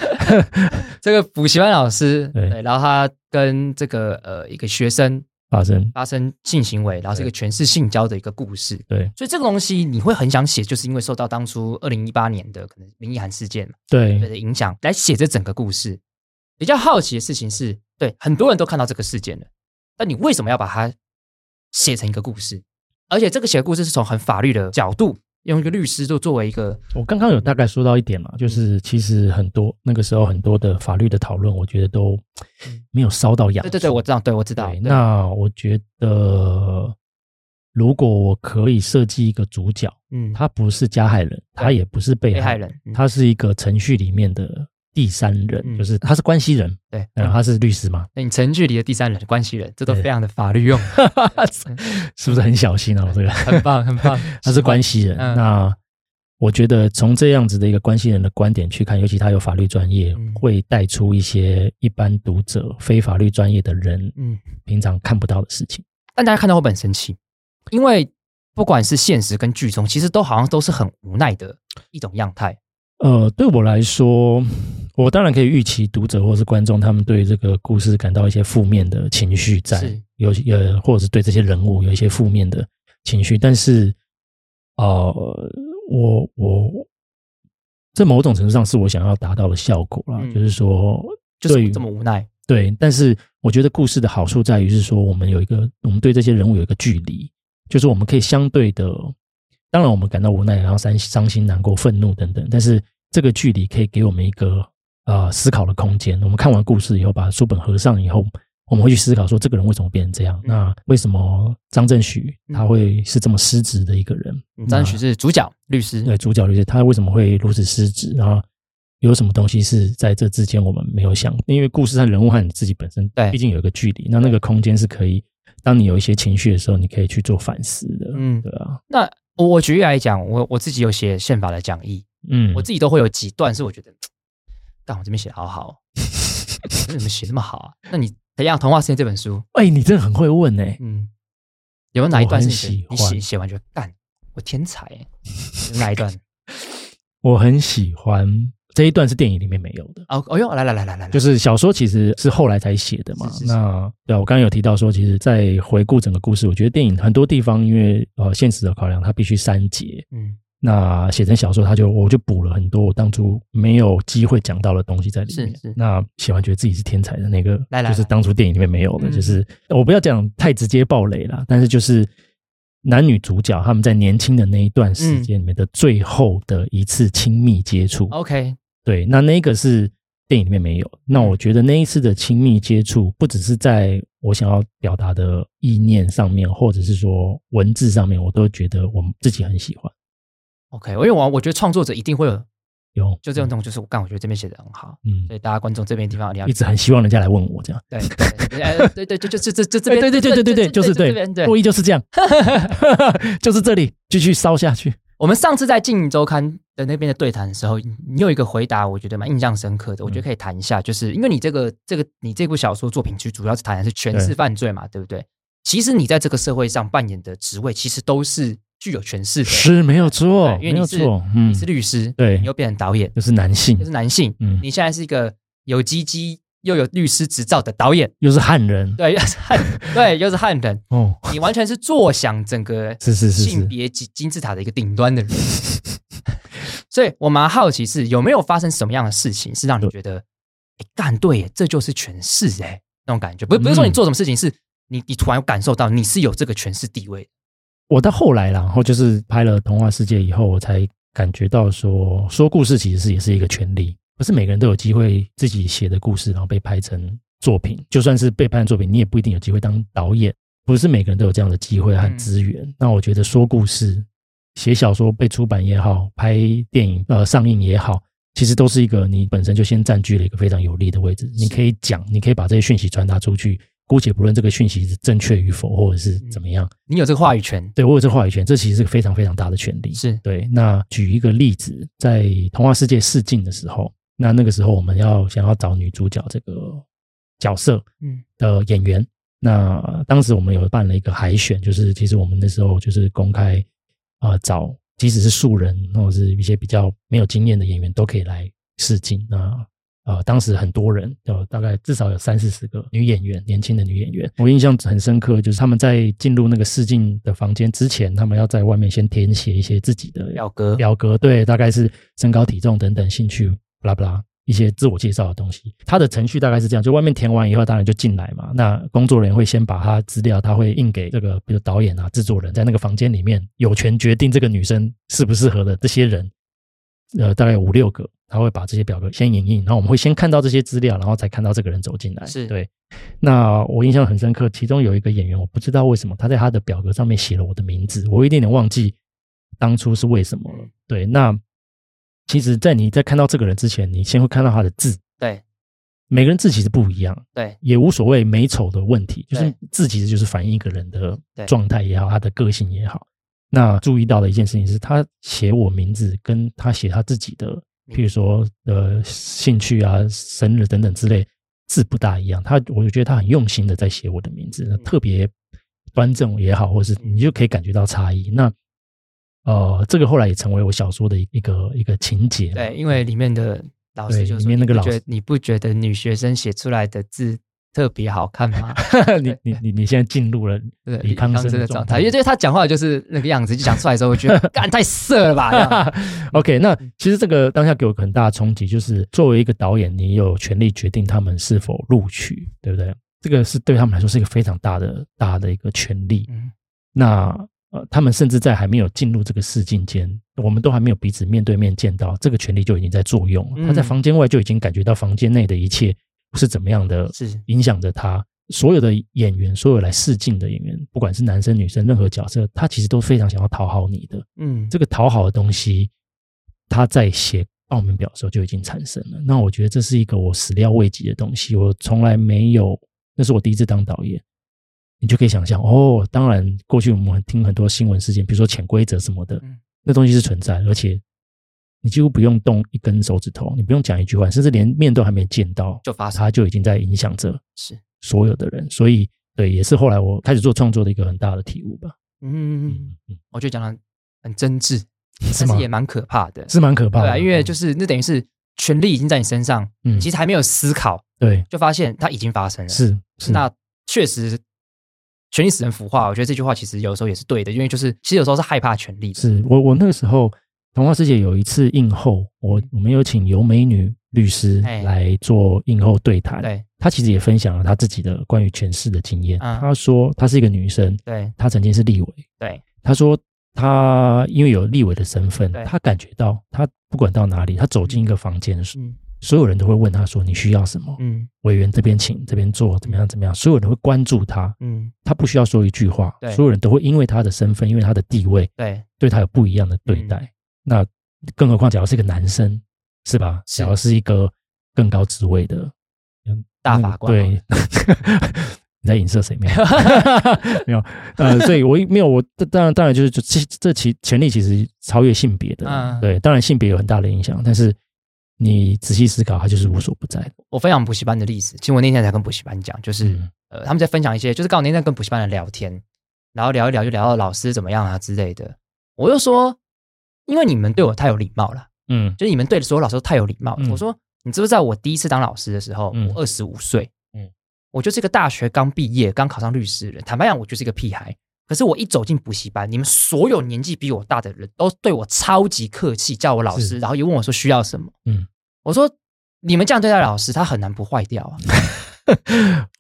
[SPEAKER 2] 这个补习班老师，
[SPEAKER 3] 对
[SPEAKER 2] 对，然后他跟这个呃一个学生
[SPEAKER 3] 发生
[SPEAKER 2] 发生性行为，然后是一个全是性交的一个故事。
[SPEAKER 3] 对
[SPEAKER 2] 所以这个东西你会很想写，就是因为受到当初二零一八年的可能林奕涵事件嘛对
[SPEAKER 3] 对
[SPEAKER 2] 的影响来写这整个故事。比较好奇的事情是，对很多人都看到这个事件了，但你为什么要把它写成一个故事？而且这个写故事是从很法律的角度，用一个律师就作为一个
[SPEAKER 3] 我刚刚有大概说到一点嘛，
[SPEAKER 2] 嗯
[SPEAKER 3] 就是其实很多那个时候很多的法律的讨论，我觉得都没有烧到痒
[SPEAKER 2] 嗯对
[SPEAKER 3] 处。
[SPEAKER 2] 对对，我知道，对我知道，
[SPEAKER 3] 对，
[SPEAKER 2] 对
[SPEAKER 3] 那我觉得，如果我可以设计一个主角，
[SPEAKER 2] 嗯，
[SPEAKER 3] 他不是加害人，他也不是被
[SPEAKER 2] 被害
[SPEAKER 3] 害
[SPEAKER 2] 人，嗯
[SPEAKER 3] 他是一个程序里面的第三人，
[SPEAKER 2] 嗯
[SPEAKER 3] 就是他是关系人，
[SPEAKER 2] 对，
[SPEAKER 3] 然后嗯他是律师嘛，
[SPEAKER 2] 那你程序里的第三人关系人，这都
[SPEAKER 3] 对
[SPEAKER 2] 非常的法律 用，
[SPEAKER 3] 是不是很小心啊？我 这个
[SPEAKER 2] 很棒很棒，
[SPEAKER 3] 他是关系人，
[SPEAKER 2] 嗯
[SPEAKER 3] 那。我觉得从这样子的一个关系人的观点去看，尤其他有法律专业，
[SPEAKER 2] 嗯
[SPEAKER 3] 会带出一些一般读者、非法律专业的人
[SPEAKER 2] 嗯，
[SPEAKER 3] 平常看不到的事情。
[SPEAKER 2] 但大家看到会不会很生气，因为不管是现实跟剧中，其实都好像都是很无奈的一种样态，
[SPEAKER 3] 呃，对我来说，我当然可以预期读者或是观众他们对这个故事感到一些负面的情绪在
[SPEAKER 2] 是，
[SPEAKER 3] 有呃，或者是对这些人物有一些负面的情绪，但是，呃，我我这某种程度上是我想要达到的效果啦，
[SPEAKER 2] 嗯
[SPEAKER 3] 就是说，
[SPEAKER 2] 就
[SPEAKER 3] 对
[SPEAKER 2] 是
[SPEAKER 3] 于
[SPEAKER 2] 这么无奈。
[SPEAKER 3] 对，但是我觉得故事的好处在于是说，我们有一个，我们对这些人物有一个距离，就是我们可以相对的，当然我们感到无奈，然后伤伤心、难过、愤怒等等，但是这个距离可以给我们一个呃思考的空间。我们看完故事以后，把书本合上以后，我们会去思考说，这个人为什么变成这样？
[SPEAKER 2] 嗯
[SPEAKER 3] 那为什么张振许他会是这么失职的一个人？
[SPEAKER 2] 嗯张许是主角律师，
[SPEAKER 3] 对呃主角就是他为什么会如此失职，然后有什么东西是在这之间我们没有想，因为故事和人物和你自己本身，
[SPEAKER 2] 对
[SPEAKER 3] 毕竟有一个距离，那那个空间是可以，当你有一些情绪的时候，你可以去做反思的，
[SPEAKER 2] 嗯
[SPEAKER 3] 对啊，
[SPEAKER 2] 那我我举例来讲，我我自己有写宪法的讲义，
[SPEAKER 3] 嗯，
[SPEAKER 2] 我自己都会有几段是我觉得，但我这边写的好好哦，我怎么写那么 好啊？
[SPEAKER 3] 嗯
[SPEAKER 2] 那你怎样？童话世界这本书，
[SPEAKER 3] 哎、你真的很会问哎、
[SPEAKER 2] 嗯，有没有哪一段是你觉得你
[SPEAKER 3] 我很喜
[SPEAKER 2] 写
[SPEAKER 3] 欢
[SPEAKER 2] 写完觉得干我天才欸？有哪一 段？
[SPEAKER 3] 我很喜欢这一段是电影里面没有的。
[SPEAKER 2] 哦哦哟，来来来来来，
[SPEAKER 3] 就是是小说其实是后来才写的嘛。
[SPEAKER 2] 是是是
[SPEAKER 3] 那对啊，我刚刚有提到说，其实，在回顾整个故事，我觉得电影很多地方因为呃现实的考量，它必须删节，
[SPEAKER 2] 嗯
[SPEAKER 3] 那写成小说，他就我就补了很多我当初没有机会讲到的东西在里面。
[SPEAKER 2] 是是
[SPEAKER 3] 那写完觉得自己是天才的那个，
[SPEAKER 2] 来来
[SPEAKER 3] 就是
[SPEAKER 2] 来
[SPEAKER 3] 当初电影里面没有的，
[SPEAKER 2] 嗯
[SPEAKER 3] 就是我不要讲太直接暴雷啦，但是就是男女主角他们在年轻的那一段
[SPEAKER 2] 嗯
[SPEAKER 3] 时间里面的最后的一次亲密接触。
[SPEAKER 2] ，OK，
[SPEAKER 3] 对，那那个是电影里面没有。那
[SPEAKER 2] 嗯
[SPEAKER 3] 我觉得那一次的亲密接触，不只是在我想要表达的意念上面，或者是说文字上面，我都觉得我们自己很喜欢。
[SPEAKER 2] OK，因为我我觉得创作者一定会有，
[SPEAKER 3] 有
[SPEAKER 2] 就这种东西，就是我干，我觉得这边写的很好，
[SPEAKER 3] 嗯
[SPEAKER 2] 所，以大家观众这边地方你要
[SPEAKER 3] 一直很希望人家来问我这样。
[SPEAKER 2] 对对对哎对对，就就就就就这
[SPEAKER 3] 对
[SPEAKER 2] 边，
[SPEAKER 3] 对对对对对对，就是
[SPEAKER 2] 这
[SPEAKER 3] 对
[SPEAKER 2] 边，对
[SPEAKER 3] 故。意就是这样， 就是这里继续烧下去。
[SPEAKER 2] 我们上次在《经营周刊》的那边的对谈的时候，你有一个回答，我觉得蛮印象深刻的，我觉得可以谈一下，就是因为你这个这个你这部小说作品，其实主要是谈的是权势
[SPEAKER 3] 对
[SPEAKER 2] 犯罪嘛，对不对？其实你在这个社会上扮演的职位，其实都是具有权势的，
[SPEAKER 3] 是没有错，
[SPEAKER 2] 对
[SPEAKER 3] 没
[SPEAKER 2] 因为
[SPEAKER 3] 有
[SPEAKER 2] 你是
[SPEAKER 3] 错，嗯
[SPEAKER 2] 你，是律师，
[SPEAKER 3] 对
[SPEAKER 2] 你又变成导演，
[SPEAKER 3] 就是男性
[SPEAKER 2] 又，是男性，
[SPEAKER 3] 嗯，
[SPEAKER 2] 你现在是一个有鸡鸡又有律师执照的导演，
[SPEAKER 3] 又是汉人，
[SPEAKER 2] 对，又是汉，对，又是汉人，
[SPEAKER 3] 哦，
[SPEAKER 2] 你完全是坐享整个
[SPEAKER 3] 是是是
[SPEAKER 2] 性
[SPEAKER 3] 是，
[SPEAKER 2] 别金金字塔的一个顶端的人。 所以我蛮好奇是有没有发生什么样的事情，是让你觉得，哎，干对耶，这就是权势哎，那种感觉。不是不是
[SPEAKER 3] 嗯
[SPEAKER 2] 说你做什么事情，是你你突然感受到你是有这个权势地位。
[SPEAKER 3] 我到后来啦，然后就是拍了《童话世界》以后，我才感觉到说，说故事其实是也是一个权利，不是每个人都有机会自己写的故事，然后被拍成作品。就算是被拍成作品，你也不一定有机会当导演，不是每个人都有这样的机会和资源。那我觉得说故事、写小说被出版也好，拍电影呃上映也好。其实都是一个你本身就先占据了一个非常有利的位置，你可以讲，你可以把这些讯息传达出去，姑且不论这个讯息是正确与否，或者是怎么样，
[SPEAKER 2] 你有这个话语权，
[SPEAKER 3] 对我有这话语权，这其实是个非常非常大的权利。
[SPEAKER 2] 是
[SPEAKER 3] 对。那举一个例子，在《童话世界》试镜的时候，那那个时候我们要想要找女主角这个角色
[SPEAKER 2] 嗯
[SPEAKER 3] 的演员，那当时我们有办了一个海选，就是其实我们那时候就是公开啊、呃找，即使是素人或者是一些比较没有经验的演员都可以来试镜。那呃，当时很多人，有大概至少有三四十个女演员，年轻的女演员。我印象很深刻，就是他们在进入那个试镜的房间之前，他们要在外面先填写一些自己的
[SPEAKER 2] 表格，
[SPEAKER 3] 表格，对，大概是身高、体重等等兴趣，巴拉巴拉一些自我介绍的东西。它的程序大概是这样：就外面填完以后，当然就进来嘛。那工作人员会先把他资料，他会印给这个，比如导演啊、制作人，在那个房间里面有权决定这个女生适不适合的这些人，呃，大概有五六个，他会把这些表格先影印，然后我们会先看到这些资料，然后才看到这个人走进来。
[SPEAKER 2] 是
[SPEAKER 3] 哎对。那我印象很深刻，其中有一个演员，我不知道为什么他在他的表格上面写了我的名字，我有一点点忘记当初是为什么了
[SPEAKER 2] 嗯。
[SPEAKER 3] 对，那其实，在你在看到这个人之前，你先会看到他的字。
[SPEAKER 2] 对
[SPEAKER 3] 每个人字其实不一样，
[SPEAKER 2] 对
[SPEAKER 3] 也无所谓美丑的问题，就是
[SPEAKER 2] 对
[SPEAKER 3] 字其实就是反映一个人的
[SPEAKER 2] 对
[SPEAKER 3] 状态也好，他的个性也好。那注意到的一件事情是，他写我名字，跟他写他自己的，
[SPEAKER 2] 嗯
[SPEAKER 3] 譬如说呃兴趣啊、生日等等之类，字不大一样。他我就觉得他很用心的在写我的名
[SPEAKER 2] 嗯
[SPEAKER 3] 字，特别端正也好，或是你就可以感觉到差异。那呃，这个后来也成为我小说的一个一个情节嘛。
[SPEAKER 2] 对，因为里面的老师
[SPEAKER 3] 对
[SPEAKER 2] 就
[SPEAKER 3] 里面那个老师
[SPEAKER 2] 师，你不觉得女学生写出来的字特别好看吗？
[SPEAKER 3] 你你你你现在进入了
[SPEAKER 2] 对，
[SPEAKER 3] 李康生
[SPEAKER 2] 的
[SPEAKER 3] 的
[SPEAKER 2] 状
[SPEAKER 3] 状
[SPEAKER 2] 态，
[SPEAKER 3] 态
[SPEAKER 2] 因为因为他讲话就是那个样子，就讲出来的时候，我 觉得干太色了吧这样。
[SPEAKER 3] OK，那其实这个当下给我很大的冲击，就是作为一个导演，你有权利决定他们是否录取，对不对？这个是对他们来说是一个非常大的大的一个权利。
[SPEAKER 2] 嗯
[SPEAKER 3] 那呃，他们甚至在还没有进入这个试镜间，我们都还没有彼此面对面见到，这个权利就已经在作用了。
[SPEAKER 2] 嗯
[SPEAKER 3] 他在房间外就已经感觉到房间内的一切是怎么样的
[SPEAKER 2] 是
[SPEAKER 3] 影响着他。所有的演员，所有来试镜的演员，不管是男生女生，任何角色，他其实都非常想要讨好你的。
[SPEAKER 2] 嗯，
[SPEAKER 3] 这个讨好的东西，他在写报名表的时候就已经产生了。那我觉得这是一个我始料未及的东西，我从来没有，那是我第一次当导演，你就可以想象哦。当然，过去我们听很多新闻事件，比如说潜规则什么的
[SPEAKER 2] 嗯，
[SPEAKER 3] 那东西是存在的，而且你几乎不用动一根手指头，你不用讲一句话，甚至连面都还没见到，
[SPEAKER 2] 就发生
[SPEAKER 3] 它就已经在影响着
[SPEAKER 2] 是
[SPEAKER 3] 所有的人。所以，对，也是后来我开始做创作的一个很大的体悟吧。
[SPEAKER 2] 嗯，
[SPEAKER 3] 嗯嗯，
[SPEAKER 2] 我觉得讲的很真挚，
[SPEAKER 3] 是
[SPEAKER 2] 但
[SPEAKER 3] 吗
[SPEAKER 2] 是也蛮可怕的。
[SPEAKER 3] 是蛮可怕
[SPEAKER 2] 对
[SPEAKER 3] 的，
[SPEAKER 2] 啊，因为就是是那等于是权力已经在你身上，
[SPEAKER 3] 嗯
[SPEAKER 2] 你其实还没有思考，
[SPEAKER 3] 对。
[SPEAKER 2] 就发现它已经发生了。
[SPEAKER 3] 是是
[SPEAKER 2] 那确实，权力使人腐化。我觉得这句话其实有时候也是对的，因为就是其实有时候是害怕权力的。
[SPEAKER 3] 是我我那个时候童话世界有一次映后，我我们有请尤美女律师
[SPEAKER 2] 嗯哎
[SPEAKER 3] 来做映后对谈，
[SPEAKER 2] 对
[SPEAKER 3] 她其实也分享了她自己的关于诠释的经验。
[SPEAKER 2] 嗯
[SPEAKER 3] 她说她是一个女生，
[SPEAKER 2] 对
[SPEAKER 3] 她曾经是立委，
[SPEAKER 2] 对，
[SPEAKER 3] 她说。她因为有立委的身份
[SPEAKER 2] 对，
[SPEAKER 3] 她感觉到她不管到哪里，她走进一个房间，
[SPEAKER 2] 嗯
[SPEAKER 3] 所有人都会问她说：“你需要什么？”
[SPEAKER 2] 嗯
[SPEAKER 3] 委员这边请，这边做，怎么样怎么样？所有人会关注她，
[SPEAKER 2] 嗯，
[SPEAKER 3] 她不需要说一句话
[SPEAKER 2] 对，
[SPEAKER 3] 所有人都会因为她的身份，因为她的地位，
[SPEAKER 2] 对，
[SPEAKER 3] 对他有不一样的对
[SPEAKER 2] 嗯
[SPEAKER 3] 待。那更何况，假如是一个男生，是吧？
[SPEAKER 2] 是
[SPEAKER 3] 假如是一个更高职位的嗯
[SPEAKER 2] 大法官
[SPEAKER 3] 对， 你在影 射谁？没有，没有。呃，所以我没有，我当然当然就是就这这其权利其实超越性别的，
[SPEAKER 2] 嗯
[SPEAKER 3] 对，当然性别有很大的影响，但是你仔细思考，它就是无所不在的。
[SPEAKER 2] 我分享补习班的例子。其实我那天才跟补习班讲，就是、
[SPEAKER 3] 嗯
[SPEAKER 2] 呃，他们在分享一些，就是刚好那天在跟补习班的聊天，然后聊一聊就聊到老师怎么样啊之类的。我就说，因为你们对我太有礼貌了，
[SPEAKER 3] 嗯
[SPEAKER 2] 就是你们对所有老师都太有礼貌了。
[SPEAKER 3] 嗯
[SPEAKER 2] 我说，你知不知道我第一次当老师的时候，
[SPEAKER 3] 嗯
[SPEAKER 2] 我二十五岁，
[SPEAKER 3] 嗯
[SPEAKER 2] 我就是个大学刚毕业、刚考上律师的人。坦白讲，我就是一个屁孩。可是我一走进补习班，你们所有年纪比我大的人都对我超级客气，叫我老师，
[SPEAKER 3] 是
[SPEAKER 2] 然后也问我说需要什么。
[SPEAKER 3] 嗯
[SPEAKER 2] 我说你们这样对待老师，他很难不坏掉 啊。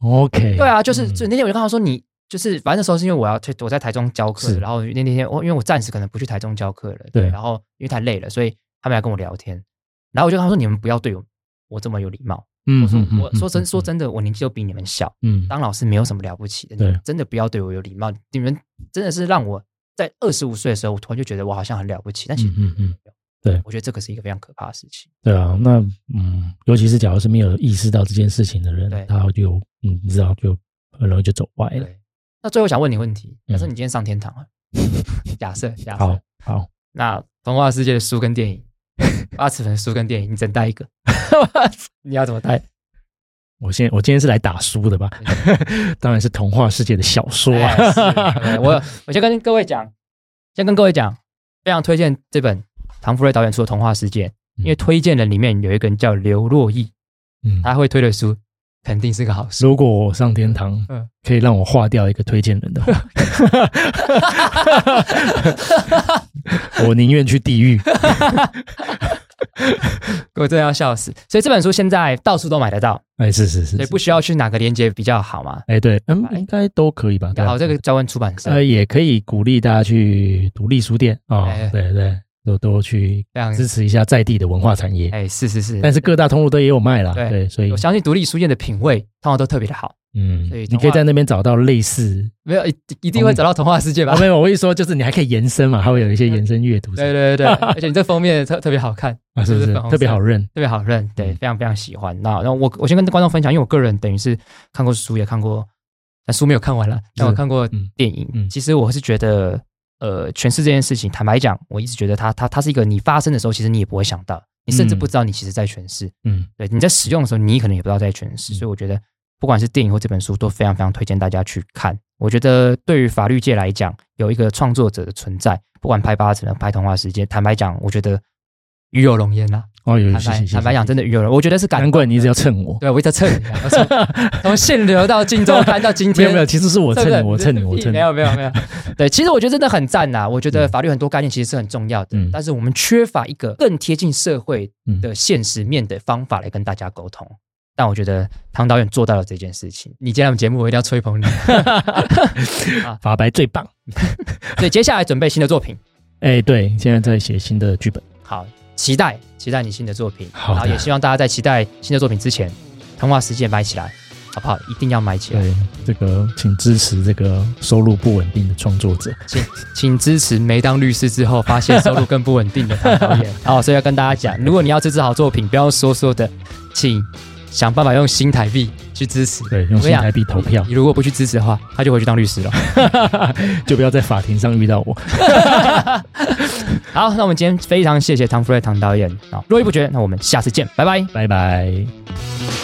[SPEAKER 3] ，OK，
[SPEAKER 2] 对啊，就是
[SPEAKER 3] 嗯
[SPEAKER 2] 就那天我就跟他说你。就是，反正那时候是因为我要推我在台中教课，
[SPEAKER 3] 是
[SPEAKER 2] 然后那那天我因为我暂时可能不去台中教课了，
[SPEAKER 3] 对
[SPEAKER 2] 然后因为太累了，所以他们来跟我聊天，然后我就跟他说：“你们不要对我我这么有礼貌。”
[SPEAKER 3] 嗯
[SPEAKER 2] 我说
[SPEAKER 3] 嗯：“嗯
[SPEAKER 2] 我说真
[SPEAKER 3] 嗯
[SPEAKER 2] 说真的，我年纪都比你们小，
[SPEAKER 3] 嗯
[SPEAKER 2] 当老师没有什么了不起的，你
[SPEAKER 3] 对
[SPEAKER 2] 们真的不要对我有礼貌。你们真的是让我在二十五岁的时候，我突然就觉得我好像很了不起，但其实
[SPEAKER 3] 嗯嗯嗯
[SPEAKER 2] 我觉得这个是一个非常可怕的事情。
[SPEAKER 3] 对啊，那嗯，尤其是假如是没有意识到这件事情的人
[SPEAKER 2] 对，
[SPEAKER 3] 他就嗯，你知道就很容易就走歪了。
[SPEAKER 2] 对，那最后想问你问题：假设
[SPEAKER 3] 哎
[SPEAKER 2] 你
[SPEAKER 3] 嗯
[SPEAKER 2] 今天上天堂了， 假设假设
[SPEAKER 3] 好，好，
[SPEAKER 2] 那童话世界的书跟电影，八尺粉书跟电影，你只能带一个， 你要怎 么带？
[SPEAKER 3] 我现我今天是来打书的吧？当然是童话世界的小说
[SPEAKER 2] 哎是对
[SPEAKER 3] 啊。
[SPEAKER 2] 我我先跟各位讲，先跟各位讲，非常推荐这本唐福瑞导演出的《童话世界》，因为推荐人里面有一个人叫刘若毅，
[SPEAKER 3] 嗯，
[SPEAKER 2] 他会推的书肯定是个好书。
[SPEAKER 3] 如果我上天堂
[SPEAKER 2] 嗯，
[SPEAKER 3] 可以让我划掉一个推荐人的话，
[SPEAKER 2] 嗯
[SPEAKER 3] 我宁愿去地狱。
[SPEAKER 2] 我真的要笑死。所以这本书现在到处都买得到，
[SPEAKER 3] 哎，是是是
[SPEAKER 2] 所以，不需要去哪个连接比较好嘛。
[SPEAKER 3] 哎对，嗯，
[SPEAKER 2] 哎
[SPEAKER 3] 应该都可以吧？对啊
[SPEAKER 2] 然后这个交问出版社，
[SPEAKER 3] 呃，也可以鼓励大家去独立书店啊
[SPEAKER 2] 哎，
[SPEAKER 3] 对对，都都去
[SPEAKER 2] 这样
[SPEAKER 3] 支持一下在地的文化产业。
[SPEAKER 2] 哎，是是是，
[SPEAKER 3] 但是各大通路都也有卖啦，
[SPEAKER 2] 对
[SPEAKER 3] 对，所以
[SPEAKER 2] 我相信独立书店的品味通常都特别的好。
[SPEAKER 3] 嗯
[SPEAKER 2] 所以，
[SPEAKER 3] 你可以在那边找到类似，
[SPEAKER 2] 没有，一一定会找到童话世界吧
[SPEAKER 3] 啊，？没有，我一说就是你还可以延伸嘛，还会有一些延伸阅读，
[SPEAKER 2] 对 对对对，而且你这封面特特别好看，
[SPEAKER 3] 啊，是不
[SPEAKER 2] 就是粉红色
[SPEAKER 3] 特别好认？
[SPEAKER 2] 特别好认，对，非常非常喜欢。那那我我先跟观众分享，因为我个人等于是看过书，也看过，但书没有看完了，但我看过
[SPEAKER 3] 嗯
[SPEAKER 2] 电影。
[SPEAKER 3] 嗯
[SPEAKER 2] 其实我是觉得，呃，诠释这件事情，坦白讲，我一直觉得它它它是一个你发生的时候，其实你也不会想到，你甚至
[SPEAKER 3] 嗯
[SPEAKER 2] 不知道你其实在诠释。
[SPEAKER 3] 嗯，
[SPEAKER 2] 对，你在使用的时候，你可能也不知道在诠释，所以我觉得不管是电影或这本书，都非常非常推荐大家去看。我觉得对于法律界来讲，有一个创作者的存在，不管拍八成、拍童话世界，坦白讲，我觉得鱼有龙烟啦。
[SPEAKER 3] 哦，有有
[SPEAKER 2] 坦
[SPEAKER 3] 谢
[SPEAKER 2] 白
[SPEAKER 3] 谢谢
[SPEAKER 2] 坦白
[SPEAKER 3] 谢，
[SPEAKER 2] 讲，真的鱼有龙，我觉得是感
[SPEAKER 3] 难怪你一直要蹭我。
[SPEAKER 2] 对我一直在蹭你啊，我从从限流到荆州滩到今
[SPEAKER 3] 没
[SPEAKER 2] 天，
[SPEAKER 3] 有没有，其实是我蹭
[SPEAKER 2] 对
[SPEAKER 3] 你，
[SPEAKER 2] 不对
[SPEAKER 3] 我蹭 你，我蹭你
[SPEAKER 2] 没。有没有 没有。对，其实我觉得真的很赞呐。我觉得法律很多概念其实是很重要的
[SPEAKER 3] 嗯，
[SPEAKER 2] 但是我们缺乏一个更贴近社会
[SPEAKER 3] 嗯
[SPEAKER 2] 的现实面的方法来跟大家沟通。但我觉得唐导演做到了这件事情。你今天我们节目，我一定要吹 捧你。
[SPEAKER 3] 法白最棒。
[SPEAKER 2] 对，接下来准备新的作品，
[SPEAKER 3] 哎，对，现在在写新的剧本。
[SPEAKER 2] 好，期待期待你新的作品。
[SPEAKER 3] 好的
[SPEAKER 2] 然后也希望大家在期待新的作品之前，《童话世界》买起来，好不好？一定要买起来。
[SPEAKER 3] 对，这个请支持这个收入不稳定的创作者。
[SPEAKER 2] 请请支持没当律师之后发现收入更不稳定的唐导 演。哦，所以要跟大家讲，如果你要支持好作品，不要用说说的，请想办法用新台币去支持。
[SPEAKER 3] 对，用
[SPEAKER 2] 我跟
[SPEAKER 3] 新
[SPEAKER 2] 你讲
[SPEAKER 3] 台币投票
[SPEAKER 2] 你，如果不去支持的话，他就回去当律师了。
[SPEAKER 3] 就不要在法庭上遇到我。
[SPEAKER 2] 好，那我们今天非常谢谢唐福瑞唐导演啊，络绎不绝。那我们下次见，拜拜。
[SPEAKER 3] 拜拜。